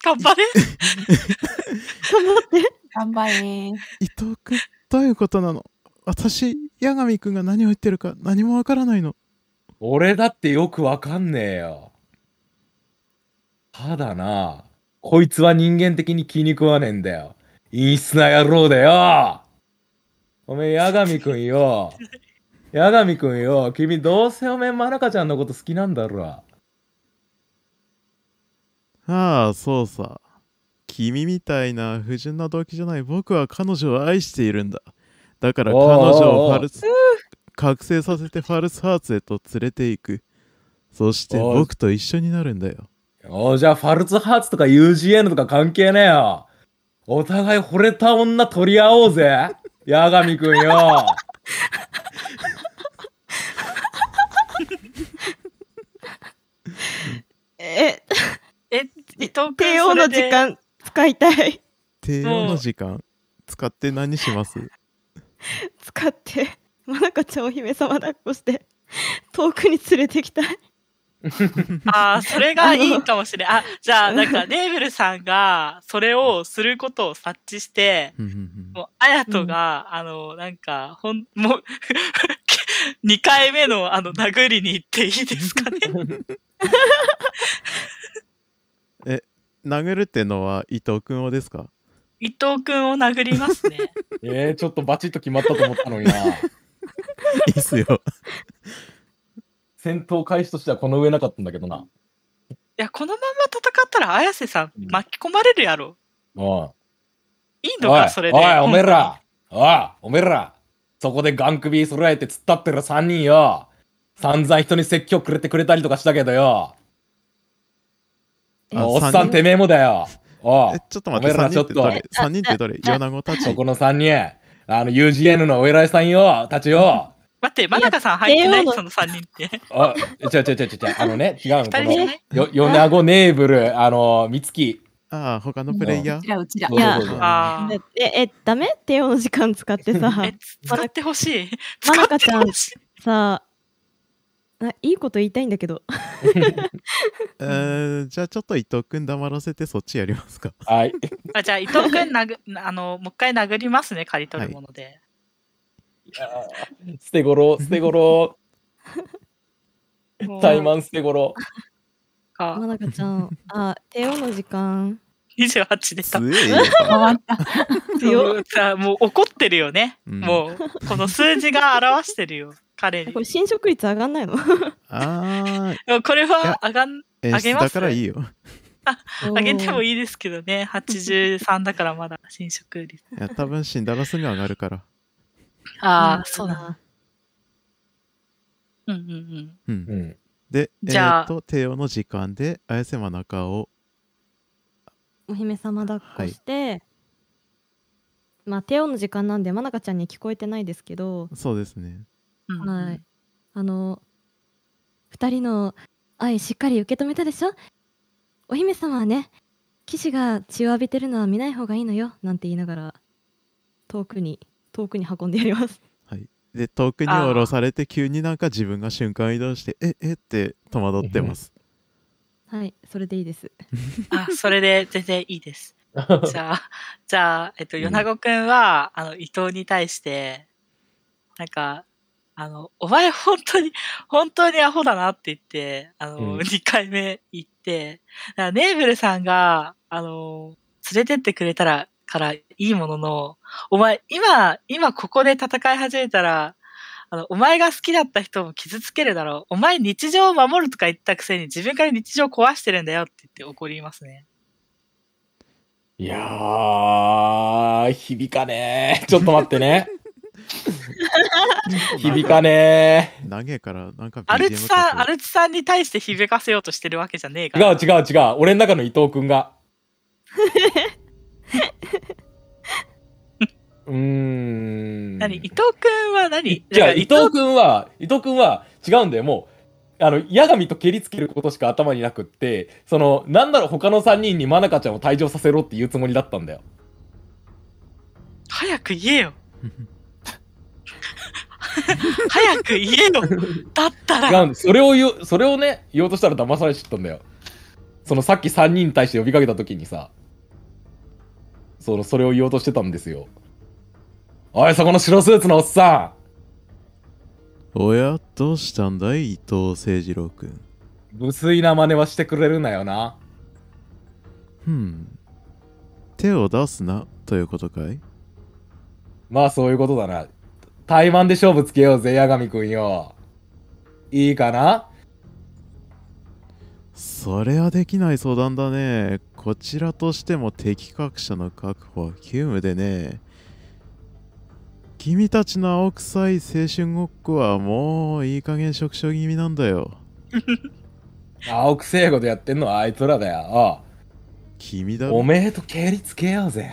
Speaker 3: 頑張れ。
Speaker 4: 頑張って
Speaker 5: 頑張れ。
Speaker 2: 伊藤君、どういうことなの私、八神君が何を言ってるか何もわからないの。
Speaker 1: 俺だってよくわかんねえよ。ただな、こいつは人間的に気に食わねえんだよ。陰湿な野郎だよ。おめえ、八神くんよ。八神くんよ。君、どうせおめえ、まなかちゃんのこと好きなんだろ。
Speaker 2: ああ、そうさ。君みたいな不純な動機じゃない僕は彼女を愛しているんだ。だから彼女をファルス、覚醒させてファルスハーツへと連れて行く。そして
Speaker 1: おい
Speaker 2: 僕と一緒になるんだよ。
Speaker 1: おじゃあ、ファルツハーツとか UGN とか関係ねえよ。お互い惚れた女取り合おうぜ。八神くんよ。
Speaker 4: え
Speaker 3: え、伊藤君
Speaker 4: 帝王の時。間使いたい
Speaker 2: 帝王の時間使って何します
Speaker 4: 使って まなかちゃんをお姫様抱っこして遠くに連れてきたい
Speaker 3: それでああ、それがいいかもしれん。あ、じゃあ、なんか、ネーブルさんが、それをすることを察知して、もう、あやとが、あの、なんか、ほん、 もう、2回目の、あの、殴りに行っていいですかね。
Speaker 2: 殴るってのは伊藤君をですか
Speaker 3: 伊藤くんを殴ります ね。
Speaker 1: えー、ちょっとバチッと決まったと思ったのにな。
Speaker 2: いいっすよ。
Speaker 1: 戦闘開始としてはこの上なかったんだけどな。
Speaker 3: いや、このまま戦ったら、綾瀬さん巻き込まれるやろ。
Speaker 1: おい。
Speaker 3: いいの
Speaker 1: おい
Speaker 3: か、それ、で。
Speaker 1: おい、おめえら。おい、おめえら。そこでガン首揃えて突っ立ってる3人よ。散々人に説教くれてくれたりとかしたけどよ。
Speaker 2: あ
Speaker 1: おっさん
Speaker 2: 三人
Speaker 1: てめえもだよ。おい
Speaker 2: え。ちょっと待っ
Speaker 1: お
Speaker 2: て、
Speaker 1: めえ
Speaker 2: 3
Speaker 1: らち
Speaker 2: 人
Speaker 1: ょ
Speaker 2: っ
Speaker 1: ってと
Speaker 2: どれ ?3 人ってどれ
Speaker 4: あ
Speaker 2: 米子たち
Speaker 1: そ。この3人。あの、UGN のお偉いさんよ。たちよ。
Speaker 3: 待って、まなかさん入ってない
Speaker 4: いや
Speaker 3: その3人 って。
Speaker 1: あ、違う違う違う違う。あのね、違うの。こ
Speaker 3: 2人じゃ
Speaker 1: の
Speaker 3: ない
Speaker 1: よ、米子ネーブル、あの、三月。
Speaker 2: ああ、他のプレイヤ
Speaker 5: うちらうちら
Speaker 1: ど。
Speaker 4: いう
Speaker 1: ぞ
Speaker 4: や
Speaker 1: どうぞ
Speaker 3: あー
Speaker 4: ええダメ帝王の時間使って さ
Speaker 3: え、つ使ってほし い。
Speaker 4: まなかち
Speaker 3: 使っ
Speaker 4: ゃん
Speaker 3: てほしい
Speaker 4: さあないいこと言いたいんだけど
Speaker 2: ー。えーじゃあちょっと伊藤君黙らせてそっちやりますか。
Speaker 1: はい。
Speaker 3: あじゃあ、伊藤くん殴、あの、もう一回殴りますね、借り取るもので。
Speaker 1: 捨て頃、捨て頃、
Speaker 3: もう
Speaker 1: 怠慢捨て頃。
Speaker 4: ま
Speaker 3: か
Speaker 4: なかちゃんあ帝王の時間
Speaker 3: 28出た
Speaker 2: 強。えよ。
Speaker 5: 回った。
Speaker 4: 強
Speaker 3: そうさあもう怒ってるよね。
Speaker 2: うん
Speaker 3: もう、この数字が表してる よ、彼に
Speaker 4: こ。れ侵食率上がんないの
Speaker 2: ああ、
Speaker 3: でもこれは上がん、
Speaker 2: 演
Speaker 3: あげ
Speaker 2: 出
Speaker 3: ます
Speaker 2: だからいいよ。
Speaker 4: 上
Speaker 3: 上げても
Speaker 4: い
Speaker 3: いいですけどね。83だからまだ新職率。
Speaker 2: いや、多分死んだらすぐ上がるから。
Speaker 3: ああ、そうだ。うんうんうん。
Speaker 2: うん
Speaker 1: う。ん。
Speaker 2: で、え
Speaker 3: じゃあ
Speaker 2: ーっと、帝王の時間で、綾瀬真中を、
Speaker 4: お姫様抱っこして、まあ帝王の時間なんでまなかちゃんに聞こえてないですけど、
Speaker 2: そうですね。
Speaker 3: うんうん
Speaker 4: はいあの二人の愛しっかり受け止めたでしょお姫様はね騎士が血を浴びてるのは見ない方がいいのよなんて言いながら遠くに遠くに運んでやります
Speaker 2: で、遠くに降ろされて、急になんか自分が瞬間移動して、え、えって戸惑ってます。
Speaker 4: はいそれでいいです
Speaker 3: あ、それで全然いい です。じゃあ、じゃあ、えっと、米子くんは、あの、伊藤に対して、なんか、あの、お前本当に、本当にアホだなって言って、あの、
Speaker 1: うん
Speaker 3: 2回目言って、だからネーブルさんが、あの、連れてってくれたらからいいものの、お前、今、今ここで戦い始めたら、あの、お前が好きだった人も傷つけるだろう。お前日常を守るとか言ったくせに自分から日常を壊してるんだよって言って怒りますね。
Speaker 1: いやー、響かねー。ちょっと待ってね。響かねー。
Speaker 2: 投げからなんか BGM
Speaker 3: アルツさん、
Speaker 2: か
Speaker 3: ア
Speaker 2: ける
Speaker 3: ルツさんに対して響かせようとしてるわけじゃねえから。
Speaker 1: 違う違う違う。俺の中の伊藤くんが。うーん。
Speaker 3: 何伊藤くんは何
Speaker 1: じゃあ
Speaker 3: なんか
Speaker 1: 伊藤君は伊藤君は違うんだよもうあの八神と蹴りつけることしか頭になくってそのなんなら他の3人に真中ちゃんを退場させろって言うつもりだったんだよ
Speaker 3: 早く言えよ。早く言えよ。 だった
Speaker 1: 違
Speaker 3: ら。
Speaker 1: うんですそれを言うそれをね言おうとしたら騙されちゃったんだよそのさっき3人に対して呼びかけた時にさそのそれを言おうとしてたんですよおいそこの白スーツのおっさ
Speaker 2: おやどうしたんだい伊藤誠二郎くん
Speaker 1: ん無粋な真似はしてくれるなよな
Speaker 2: ふん手を出すなということかい
Speaker 1: まあそういうことだな。怠慢で勝負つけようぜ、八神くんよ。いいかな
Speaker 2: それはできない相談だねこちらとしても適格者の確保は急務でね君たちの青臭い青春ごっこはもういい加減触傷気味なんだよ
Speaker 1: 青くせえことやってんのはあいつらだよ。
Speaker 2: 君
Speaker 1: お
Speaker 2: だ
Speaker 1: うおめえと蹴りつけようぜ。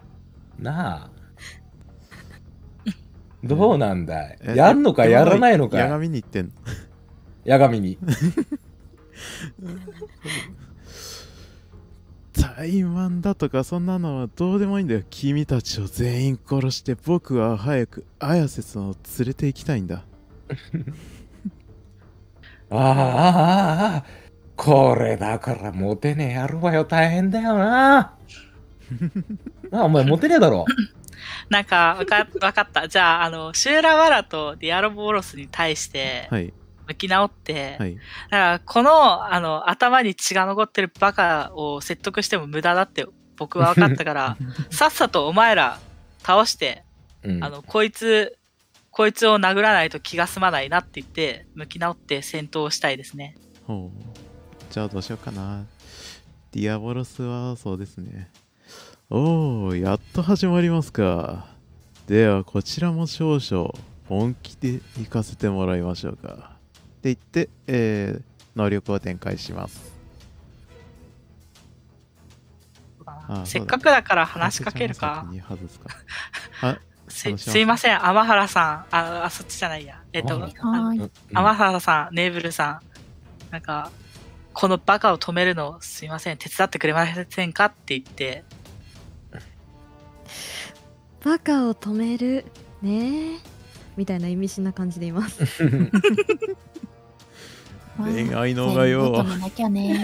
Speaker 1: なあ。どうなんだい
Speaker 2: え
Speaker 1: やんのかやらないの
Speaker 2: やが
Speaker 1: か
Speaker 2: みに言ってんの
Speaker 1: 八神に。
Speaker 2: 怠慢だとかそんなのはどうでもいいんだよ君たちを全員殺して僕は早く綾瀬さんを連れて行きたいんだ
Speaker 1: ああああああ。これだからモテねえ野郎はよ大変だよ な。なあお前モテねえだろ。
Speaker 3: なんか、わか、わかった。じゃあ、あの、シューラワラとディアロボロスに対して、
Speaker 2: はい
Speaker 3: 向き直って、
Speaker 2: はい
Speaker 3: だから、この、あの、頭に血が残ってるバカを説得しても無駄だって僕は分かっ たから、さっさとお前ら倒して、
Speaker 1: うん
Speaker 3: あの、こいつ、こいつを殴らないと気が済まないなって言って、向き直って戦闘をしたいですね。
Speaker 2: ほうじゃあどうしようかなディアボロスはそうですねおおやっと始まりますかではこちらも少々本気で行かせてもらいましょうかって言って、えー能力を展開しますああ
Speaker 3: せっかくだから話しかけ
Speaker 2: 話
Speaker 3: る
Speaker 2: し
Speaker 3: か
Speaker 2: か。けちゃうの先に 外すか
Speaker 3: す
Speaker 2: 話します
Speaker 3: すいません、天原さん。あ、あそっちじゃないや。えっと、
Speaker 1: 天原
Speaker 3: あの
Speaker 5: はーい。
Speaker 1: うん
Speaker 3: 天原さん、ネーブルさん、なんか、このバカを止めるの、すいません、手伝ってくれませんかって言って、
Speaker 4: バカを止めるねえみたいな意味深な感じでいます。
Speaker 2: 恋愛のがよ
Speaker 5: 全部止めなきゃ ね。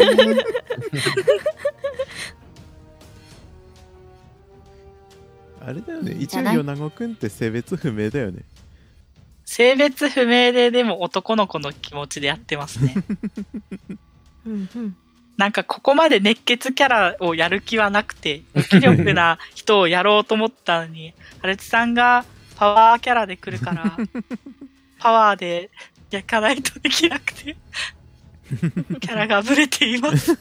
Speaker 2: あれだよね
Speaker 5: いいん
Speaker 2: 一
Speaker 5: じ
Speaker 2: 応
Speaker 5: ゃない
Speaker 2: 米子くんって性別不明だよね
Speaker 3: 性別不明ででも男の子の気持ちでやってますね。
Speaker 4: うんうん。
Speaker 3: なんかここまで熱血キャラをやる気はなくて、無気力な人をやろうと思ったのに、春地さんがパワーキャラで来るから、パワーで焼かないとできなくて、キャラがぶれています。
Speaker 2: い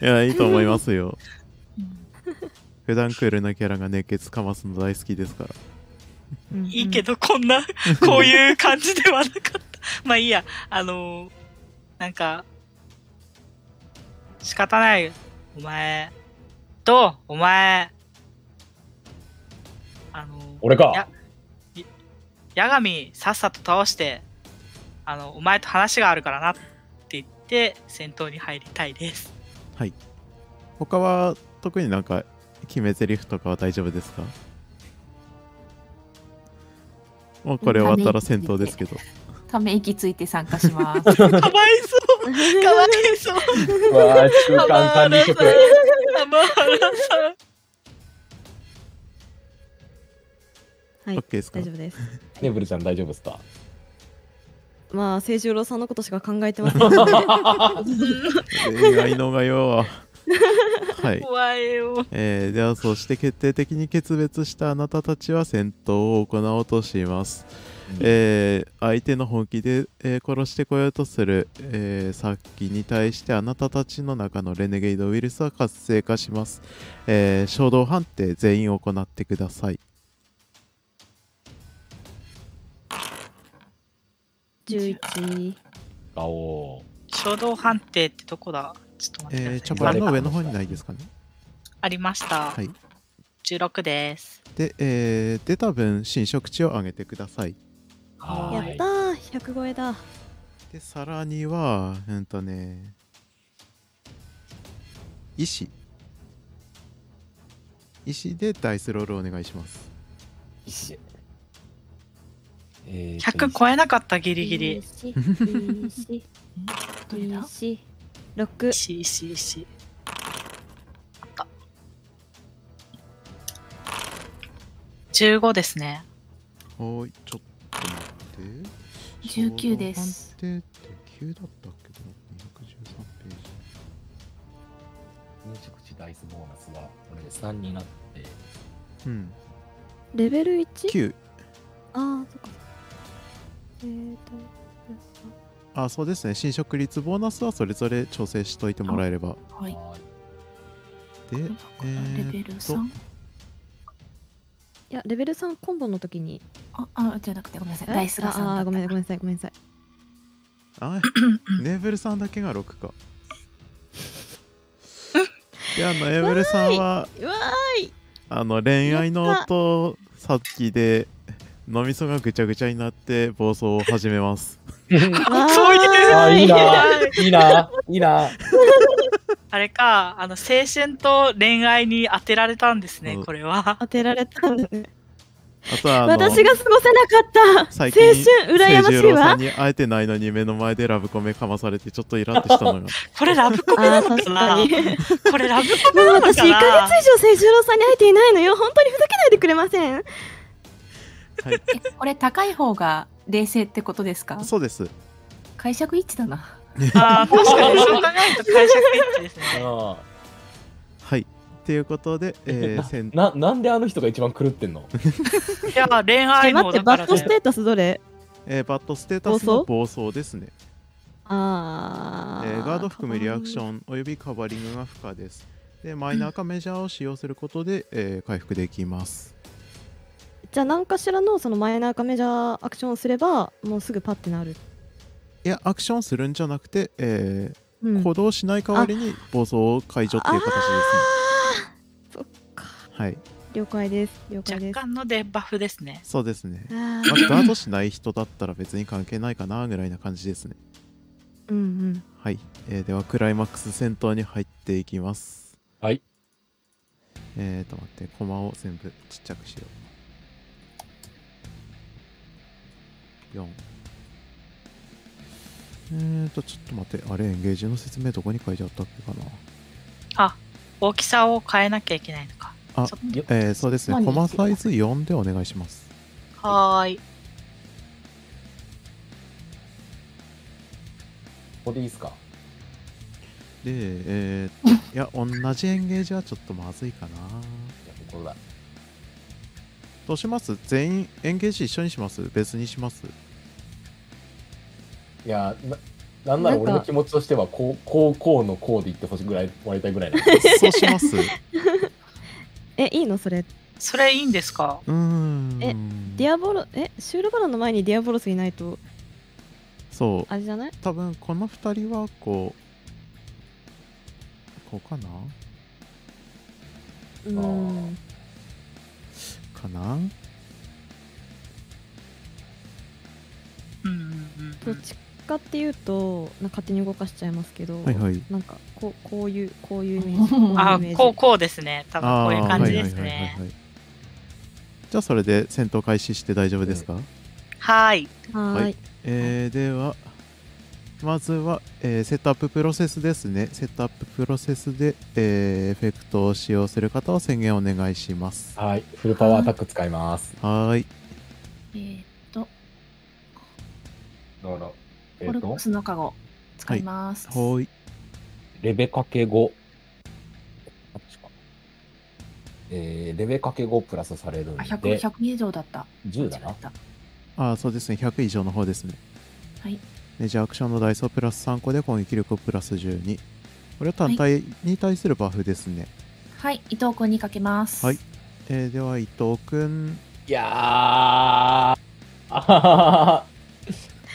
Speaker 2: やいいと思います よ普段クールなキャラが熱血かますの大好きですから
Speaker 4: うんうん
Speaker 3: いい け。ど、こんな、こういう感じではなかった。まあいいや、あのーなんか、仕方ないよ。お前、と、お前、あのー
Speaker 1: 俺か
Speaker 3: や。八神さっさと倒して、あの、お前と話があるからなって言って、戦闘に入りたい です。
Speaker 2: 他は特になんか決め台詞とかは大丈夫ですかもうこれ終わったら戦闘ですけど
Speaker 5: ため息ついて参加します。
Speaker 3: かわいそうかわいそう
Speaker 1: わあ、中間管理
Speaker 3: 天
Speaker 1: 職。
Speaker 3: 原さん
Speaker 2: OK
Speaker 4: はい。
Speaker 2: ですか
Speaker 4: 大丈夫です。
Speaker 1: ねぶるちゃん大丈夫っすか
Speaker 4: まあ、 清十郎さんのことしか考えてません。
Speaker 2: 恋愛のがよはい。
Speaker 3: 怖いよ。
Speaker 2: えーではそして決定的に決別したあなたたちは戦闘を行おうとします、えー相手の本気で、えー殺してこようとする、えー殺気に対してあなたたちの中のレネゲイドウイルスは活性化します、えー衝動判定全員行ってください
Speaker 4: 11
Speaker 1: あお
Speaker 3: 衝動判定ってどこだちょっと待ってくださ
Speaker 2: え
Speaker 3: い。
Speaker 2: ー、チョコレートの上の方にないですかね
Speaker 3: ありました。
Speaker 2: はい
Speaker 3: 16です。
Speaker 2: で、えー出た分新食値を上げてください
Speaker 1: ーは
Speaker 4: や
Speaker 1: ー
Speaker 4: っ
Speaker 1: い
Speaker 4: たー100超えだ
Speaker 2: でさらにはうんとね石石でダイスロールお願いします
Speaker 1: 石えーと
Speaker 3: 100超えなかった、ギリギ
Speaker 4: いい
Speaker 3: リ。
Speaker 4: しいいし
Speaker 5: ど
Speaker 4: い
Speaker 5: れだ
Speaker 4: いし6
Speaker 3: しししあった。15ですね。
Speaker 2: はーいちょっと待って
Speaker 5: 19です
Speaker 2: 相談判定って9だったっけな213ページ
Speaker 1: 入植地ダイスボーナスはこれで3になって
Speaker 2: うん
Speaker 4: レベル 1?
Speaker 2: 9
Speaker 4: ああそっかえーと
Speaker 2: あそうですね新職率ボーナスはそれぞれ調整しといてもらえれば
Speaker 5: はい
Speaker 1: はーい
Speaker 2: で
Speaker 5: レ
Speaker 2: えー、
Speaker 5: ベル 3?
Speaker 4: いやレベル3コンボの時に
Speaker 5: ああじゃなくてごめんなさい
Speaker 4: え
Speaker 5: ダイスが3だった
Speaker 4: ああーごめんごめんなさいごめんなさい
Speaker 2: あネーブルさんだけが6かであのネーブルさんは
Speaker 4: うわーい
Speaker 2: あの恋愛の音さっきで脳みそがぐちゃぐちゃになって暴走を始めます
Speaker 3: そういう
Speaker 1: あーいいな
Speaker 3: はい
Speaker 1: いないいな
Speaker 3: あれか、あの、青春と恋愛に当てられたんですね
Speaker 2: う、ん
Speaker 3: これは。
Speaker 4: 当てられたんだね
Speaker 2: あとはあの
Speaker 4: 私が過ごせなかった
Speaker 2: 最
Speaker 4: 青春
Speaker 2: 近
Speaker 4: 羨ま
Speaker 2: 清
Speaker 4: し
Speaker 2: 十
Speaker 4: い
Speaker 2: 郎さ
Speaker 4: わ
Speaker 2: んに会えてないのに目の前でラブコメかまされてちょっとイラッとしたのよ
Speaker 3: これラブコメ
Speaker 4: あ
Speaker 3: な
Speaker 4: あ
Speaker 3: のか
Speaker 4: 確か
Speaker 3: な
Speaker 4: に
Speaker 3: これラブコ
Speaker 4: も
Speaker 3: メ
Speaker 4: う
Speaker 3: なの
Speaker 4: 私1
Speaker 3: かな
Speaker 4: ヶ月以上清十郎さんに会えていないのよ本当にふざけないでくれません
Speaker 5: えこれ高い方が冷静ってことですか
Speaker 2: そうです
Speaker 5: 解釈一致だな
Speaker 3: ああ、確かにそう考えると解釈一致ですね。
Speaker 1: あ
Speaker 2: はいということで、えー、戦
Speaker 1: ーななんであの人が一番狂ってんの
Speaker 3: いや、恋愛
Speaker 4: え待
Speaker 3: の
Speaker 4: って
Speaker 3: だか
Speaker 4: バ
Speaker 3: ら
Speaker 4: ッ
Speaker 3: だ
Speaker 4: ド
Speaker 3: よ
Speaker 4: ステータスどれ
Speaker 2: えーバッドステータスの暴走ですね
Speaker 4: あ
Speaker 2: えーガード含むリアクシ
Speaker 4: ン
Speaker 2: ョンおよびカバリングが不可です。で、マイナーかメジャーを使用することで、えー回復できます。
Speaker 4: じゃあ何かしらのそのマイナーかメジャーアクションをすればもうすぐパッてなる、
Speaker 2: いや、アクションするんじゃなくて、え
Speaker 4: う
Speaker 2: ー
Speaker 4: ん、
Speaker 2: 行動しない代わりに暴走を解除っていう形ですね。
Speaker 4: そっか
Speaker 2: はい、
Speaker 4: 了解です了解です
Speaker 3: 若干のデバフですね。
Speaker 2: そうですね。
Speaker 4: あ
Speaker 2: ま
Speaker 4: ー
Speaker 2: あ、ガードしない人だったら別に関係ないかなぐらいな感じですね。
Speaker 4: うんうん
Speaker 2: はい、えーではクライマックス戦闘に入っていきます。
Speaker 1: はい。
Speaker 2: えーと、待って、コマを全部ちっちゃくしよう。4。えーと、ちょっと待って、あれ、エンゲージの説明どこに書いてあったっけかな。
Speaker 3: 大きさを変えなきゃいけないのか。
Speaker 2: あ
Speaker 3: ちょっ
Speaker 1: よ
Speaker 2: えー、そうですね、コマサイズ4でお願いします。
Speaker 3: とはーい。
Speaker 1: ここでいいですか
Speaker 2: で、えー、いや、同じエンゲージはちょっとまずいか
Speaker 1: い
Speaker 2: な。
Speaker 1: やここだ
Speaker 2: どうします全員エンゲージ一緒にします別にします
Speaker 1: いやななんなら俺の気持ちとしてはこうこうこうのこうで言ってほしいぐらい終わりたいぐらいな
Speaker 2: そうします
Speaker 4: えいいのそれ
Speaker 3: それいいんですか
Speaker 2: うーん
Speaker 4: えディアボロえシュールバランの前にディアボロスいないと
Speaker 2: そう
Speaker 4: あれじゃない
Speaker 2: 多分この2人はこうこうかな
Speaker 4: うーん
Speaker 2: かな
Speaker 3: うんうんう
Speaker 4: ど
Speaker 3: ん
Speaker 4: っちかっていうとなんか勝手に動かしちゃいますけど、
Speaker 2: はいはい
Speaker 4: なんかこうこういうこういうイメージこういうイメ
Speaker 3: あ
Speaker 4: ージ
Speaker 3: こうこうですね多分
Speaker 2: あ
Speaker 3: こう
Speaker 2: ー
Speaker 3: いう感じです
Speaker 2: はいはいはい
Speaker 3: ね
Speaker 2: はいはいじゃあそれで戦闘開始して大丈夫ですか、
Speaker 3: はーい
Speaker 4: はーい、
Speaker 2: はいえー、ではまずは、えーセットアッププロセスですねセットアッププロセスで、えーエフェクトを使用する方は宣言お願いしますは
Speaker 1: はいフルパワーアタック使います
Speaker 2: ーい
Speaker 5: えーっと
Speaker 1: だからえっ、
Speaker 5: ホルコ
Speaker 1: と
Speaker 5: ックスのカゴ使います、
Speaker 2: はーい
Speaker 1: レベかけ5えーレベかけ5プラスされるんで
Speaker 5: あ、100、100以上だった。
Speaker 1: 10だな
Speaker 5: 間違え。た
Speaker 2: ああ、そうですね。100以上の方ですね。
Speaker 5: はい。
Speaker 2: ネジアクションのダイスをプラス3個で攻撃力をプラス12。これは単体に対するバフですね。
Speaker 5: はい、伊藤君にかけます。
Speaker 2: はいえーでは、伊藤くん、
Speaker 1: いやーあはは は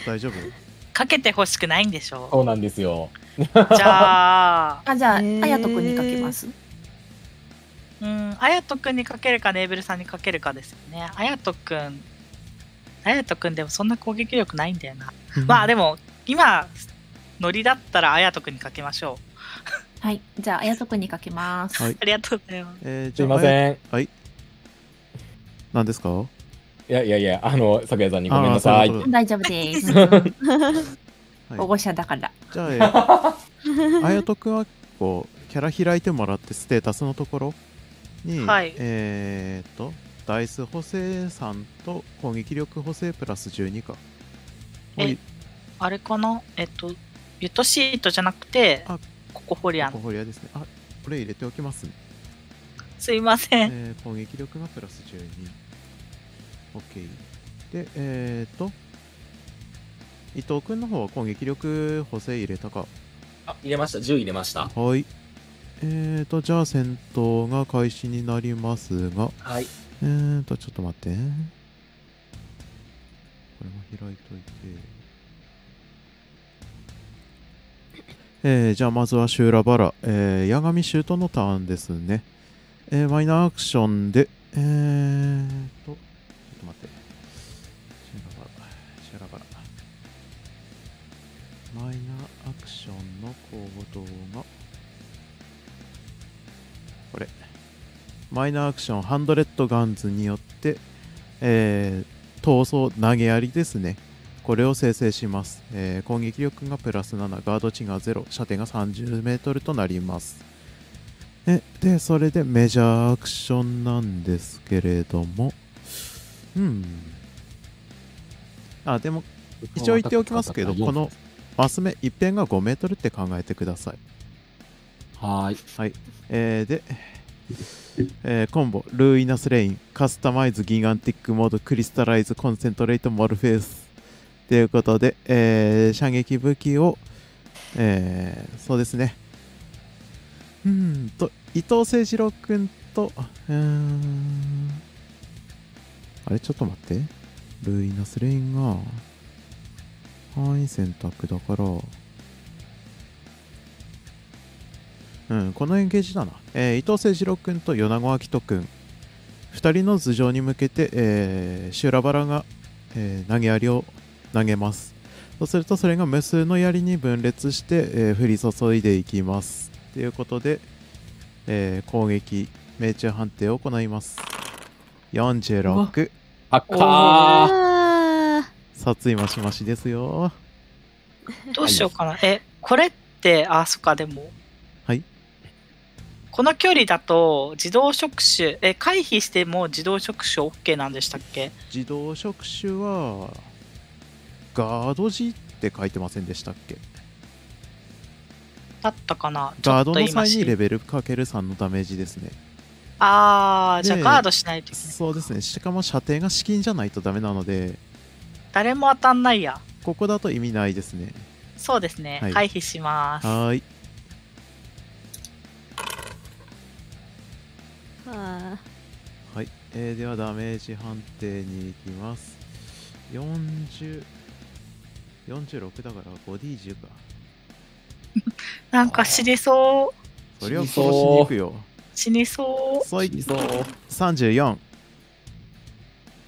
Speaker 2: 大丈夫
Speaker 3: かけてほしくないんでしょ
Speaker 1: そうなんですよ。
Speaker 3: じゃあ、
Speaker 5: あ、じゃあ、あ
Speaker 4: えー
Speaker 5: やと君にかけます。
Speaker 3: うん、あやとくんにかけるか、ネーブルさんにかけるかですよね。あやとくん、あやとくんでもそんな攻撃力ないんだよな。まあで
Speaker 2: も。
Speaker 3: も、今、ノリだったらあやとくんにかけましょう。
Speaker 5: はい、じゃあ、あやと君にかけます。
Speaker 2: はい
Speaker 3: ありがとうございます。
Speaker 2: えー
Speaker 1: す
Speaker 2: じゃ
Speaker 1: い
Speaker 2: あ
Speaker 1: ません。い
Speaker 2: 何ですか
Speaker 1: やいやいや、あの、咲夜さんにごめんなさい。
Speaker 2: あーそういうこ
Speaker 5: 大丈夫です。
Speaker 2: はい
Speaker 5: 保護者だから。
Speaker 2: じゃあ、えー あやとくんはこうキャラ開いてもらってステータスのところに、
Speaker 3: はい
Speaker 2: えーっとダイス補正3と攻撃力補正プラス12か
Speaker 3: え
Speaker 2: おい
Speaker 3: あれかなえっと、ゆとシートじゃなくて
Speaker 2: あ、
Speaker 3: ここホリア
Speaker 2: こ
Speaker 3: ン。
Speaker 2: こリアですねあこれ入れておきますね、
Speaker 3: すいません。
Speaker 2: えー攻撃力がプラス 12OK でえーっと伊藤くんの方は攻撃力補正入れたか
Speaker 1: あ入れました、10入れました。
Speaker 2: はいえーっとじゃあ戦闘が開始になりますが
Speaker 1: はい。
Speaker 2: えーと、ちょっと待って。これも開いといて。えーじゃあまずはシューラバラ、えー、八神シュートのターンですね。えーマイナーアクションで、えーと、ちょっと待って。シューラバラ、シューラバラ。マイナーアクションの行動が、これ。マイナーアクションハンドレッドガンズによって、えー、闘争投げやりですねこれを生成します、えー攻撃力がプラス7ガード値が0射程が3 0ルとなりますえでそれでメジャーアクションなんですけれどもうんあでも一応言っておきますけどこのマス目一辺が5メートルって考えてください
Speaker 1: はーい。
Speaker 2: えーで、えーコンボ、ルーイナスレイン、カスタマイズ、ギガンティックモード、クリスタライズ、コンセントレート、モルフェウス。ということで、えー射撃武器を、えーそうですね。うーんと、伊藤誠二郎くんと、うーん。あれ、ちょっと待って。ルーイナスレインが、範囲選択だから、うん、このエンゲージだな、えー伊藤誠二郎君と米子明人君2人の頭上に向けて、えー修羅バラが、えー投げ槍を投げますそうするとそれが無数の槍に分裂して、えー降り注いでいきますということで、えー攻撃命中判定を行います46
Speaker 1: あっか
Speaker 4: あ
Speaker 2: 殺意マシマシですよ
Speaker 3: どうしようかな。え、これって、あ、そっか、でも。
Speaker 2: はい。
Speaker 3: この距離だと、自動触手、え、回避しても自動触手 OK なんでしたっけ
Speaker 2: 自動触手はガード G って書いてませんでしたっけ
Speaker 3: だったかな
Speaker 2: ガードの
Speaker 3: ちょっと今
Speaker 2: 際
Speaker 3: し
Speaker 2: にレベルかける3のダメージですね。
Speaker 3: あー、じゃあ
Speaker 2: で
Speaker 3: ガードしないといけない。
Speaker 2: そうですね。しかも射程が至近じゃないとダメなので、
Speaker 3: 誰も当たんないや。
Speaker 2: ここだと意味ないですね。
Speaker 3: そうですね。
Speaker 2: はい
Speaker 3: 回避します。
Speaker 2: はーい。
Speaker 4: ーあ
Speaker 2: はい。えーではダメージ判定に行きます。40、46だから 5D10 か。
Speaker 3: なんか死にそ
Speaker 2: それを殺しに行くよ。
Speaker 3: う。死にそう。
Speaker 2: そい
Speaker 1: 死にそう。
Speaker 2: 34。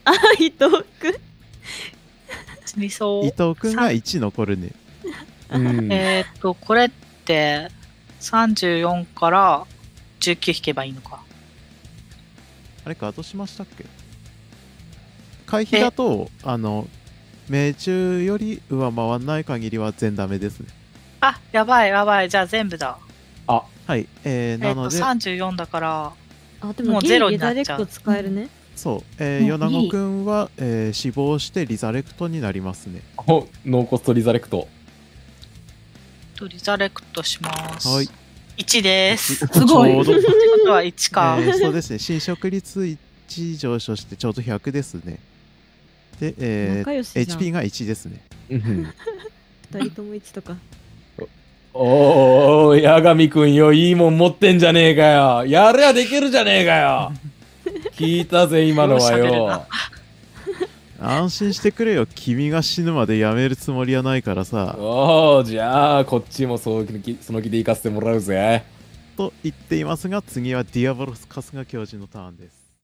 Speaker 4: ー伊藤君
Speaker 3: 死にそ
Speaker 2: 伊
Speaker 3: う。
Speaker 2: 藤くんが1残るね。
Speaker 1: うん。
Speaker 3: えーっと、これって、34から19引けばいいのか。
Speaker 2: あれガードしましたっけ回避だと、あの、命中より上回らない限りは全ダメですね。
Speaker 3: あ、やばいやばい。じゃあ全部だ。
Speaker 2: はい、えー
Speaker 3: えー
Speaker 2: な
Speaker 3: っと、
Speaker 2: ので、
Speaker 3: 34だから、
Speaker 4: あで
Speaker 3: も
Speaker 4: も
Speaker 3: う
Speaker 4: ギ
Speaker 3: ゼロ
Speaker 4: リ
Speaker 3: に
Speaker 4: リ
Speaker 3: なっ
Speaker 4: ダイレ
Speaker 3: ちゃ
Speaker 4: ク
Speaker 3: う
Speaker 4: ト使えるね
Speaker 2: そう、えー、
Speaker 5: もう
Speaker 2: 米子
Speaker 5: いい
Speaker 2: くんは、えー死亡してリザレクトになりますね。
Speaker 1: おノーコストリザレクト。
Speaker 3: とリザレクトします。
Speaker 2: はい。
Speaker 3: 1です。
Speaker 5: すごい
Speaker 2: ちょうど
Speaker 3: ってことは1か。
Speaker 2: えーそうですね、侵食率1上昇してちょうど100ですね。で、え
Speaker 4: 仲良し
Speaker 2: ー、
Speaker 4: じゃん
Speaker 2: HP が1ですね。
Speaker 1: うん
Speaker 4: 二人とも一とか
Speaker 1: おーおー、八神くんよ、いいもん持ってんじゃねえかよ。やりゃできるじゃねえかよ。聞いたぜ、今のは
Speaker 3: よう喋る
Speaker 1: よ
Speaker 3: な。
Speaker 2: 安心してくれよ、 君が死ぬまでやめるつもりはないからさ、
Speaker 1: おお、じゃあ、こっちもそうきその気で行かせてもらうぜ。
Speaker 2: と言っていますが、次はディアボロス・カスガ教授のターンです。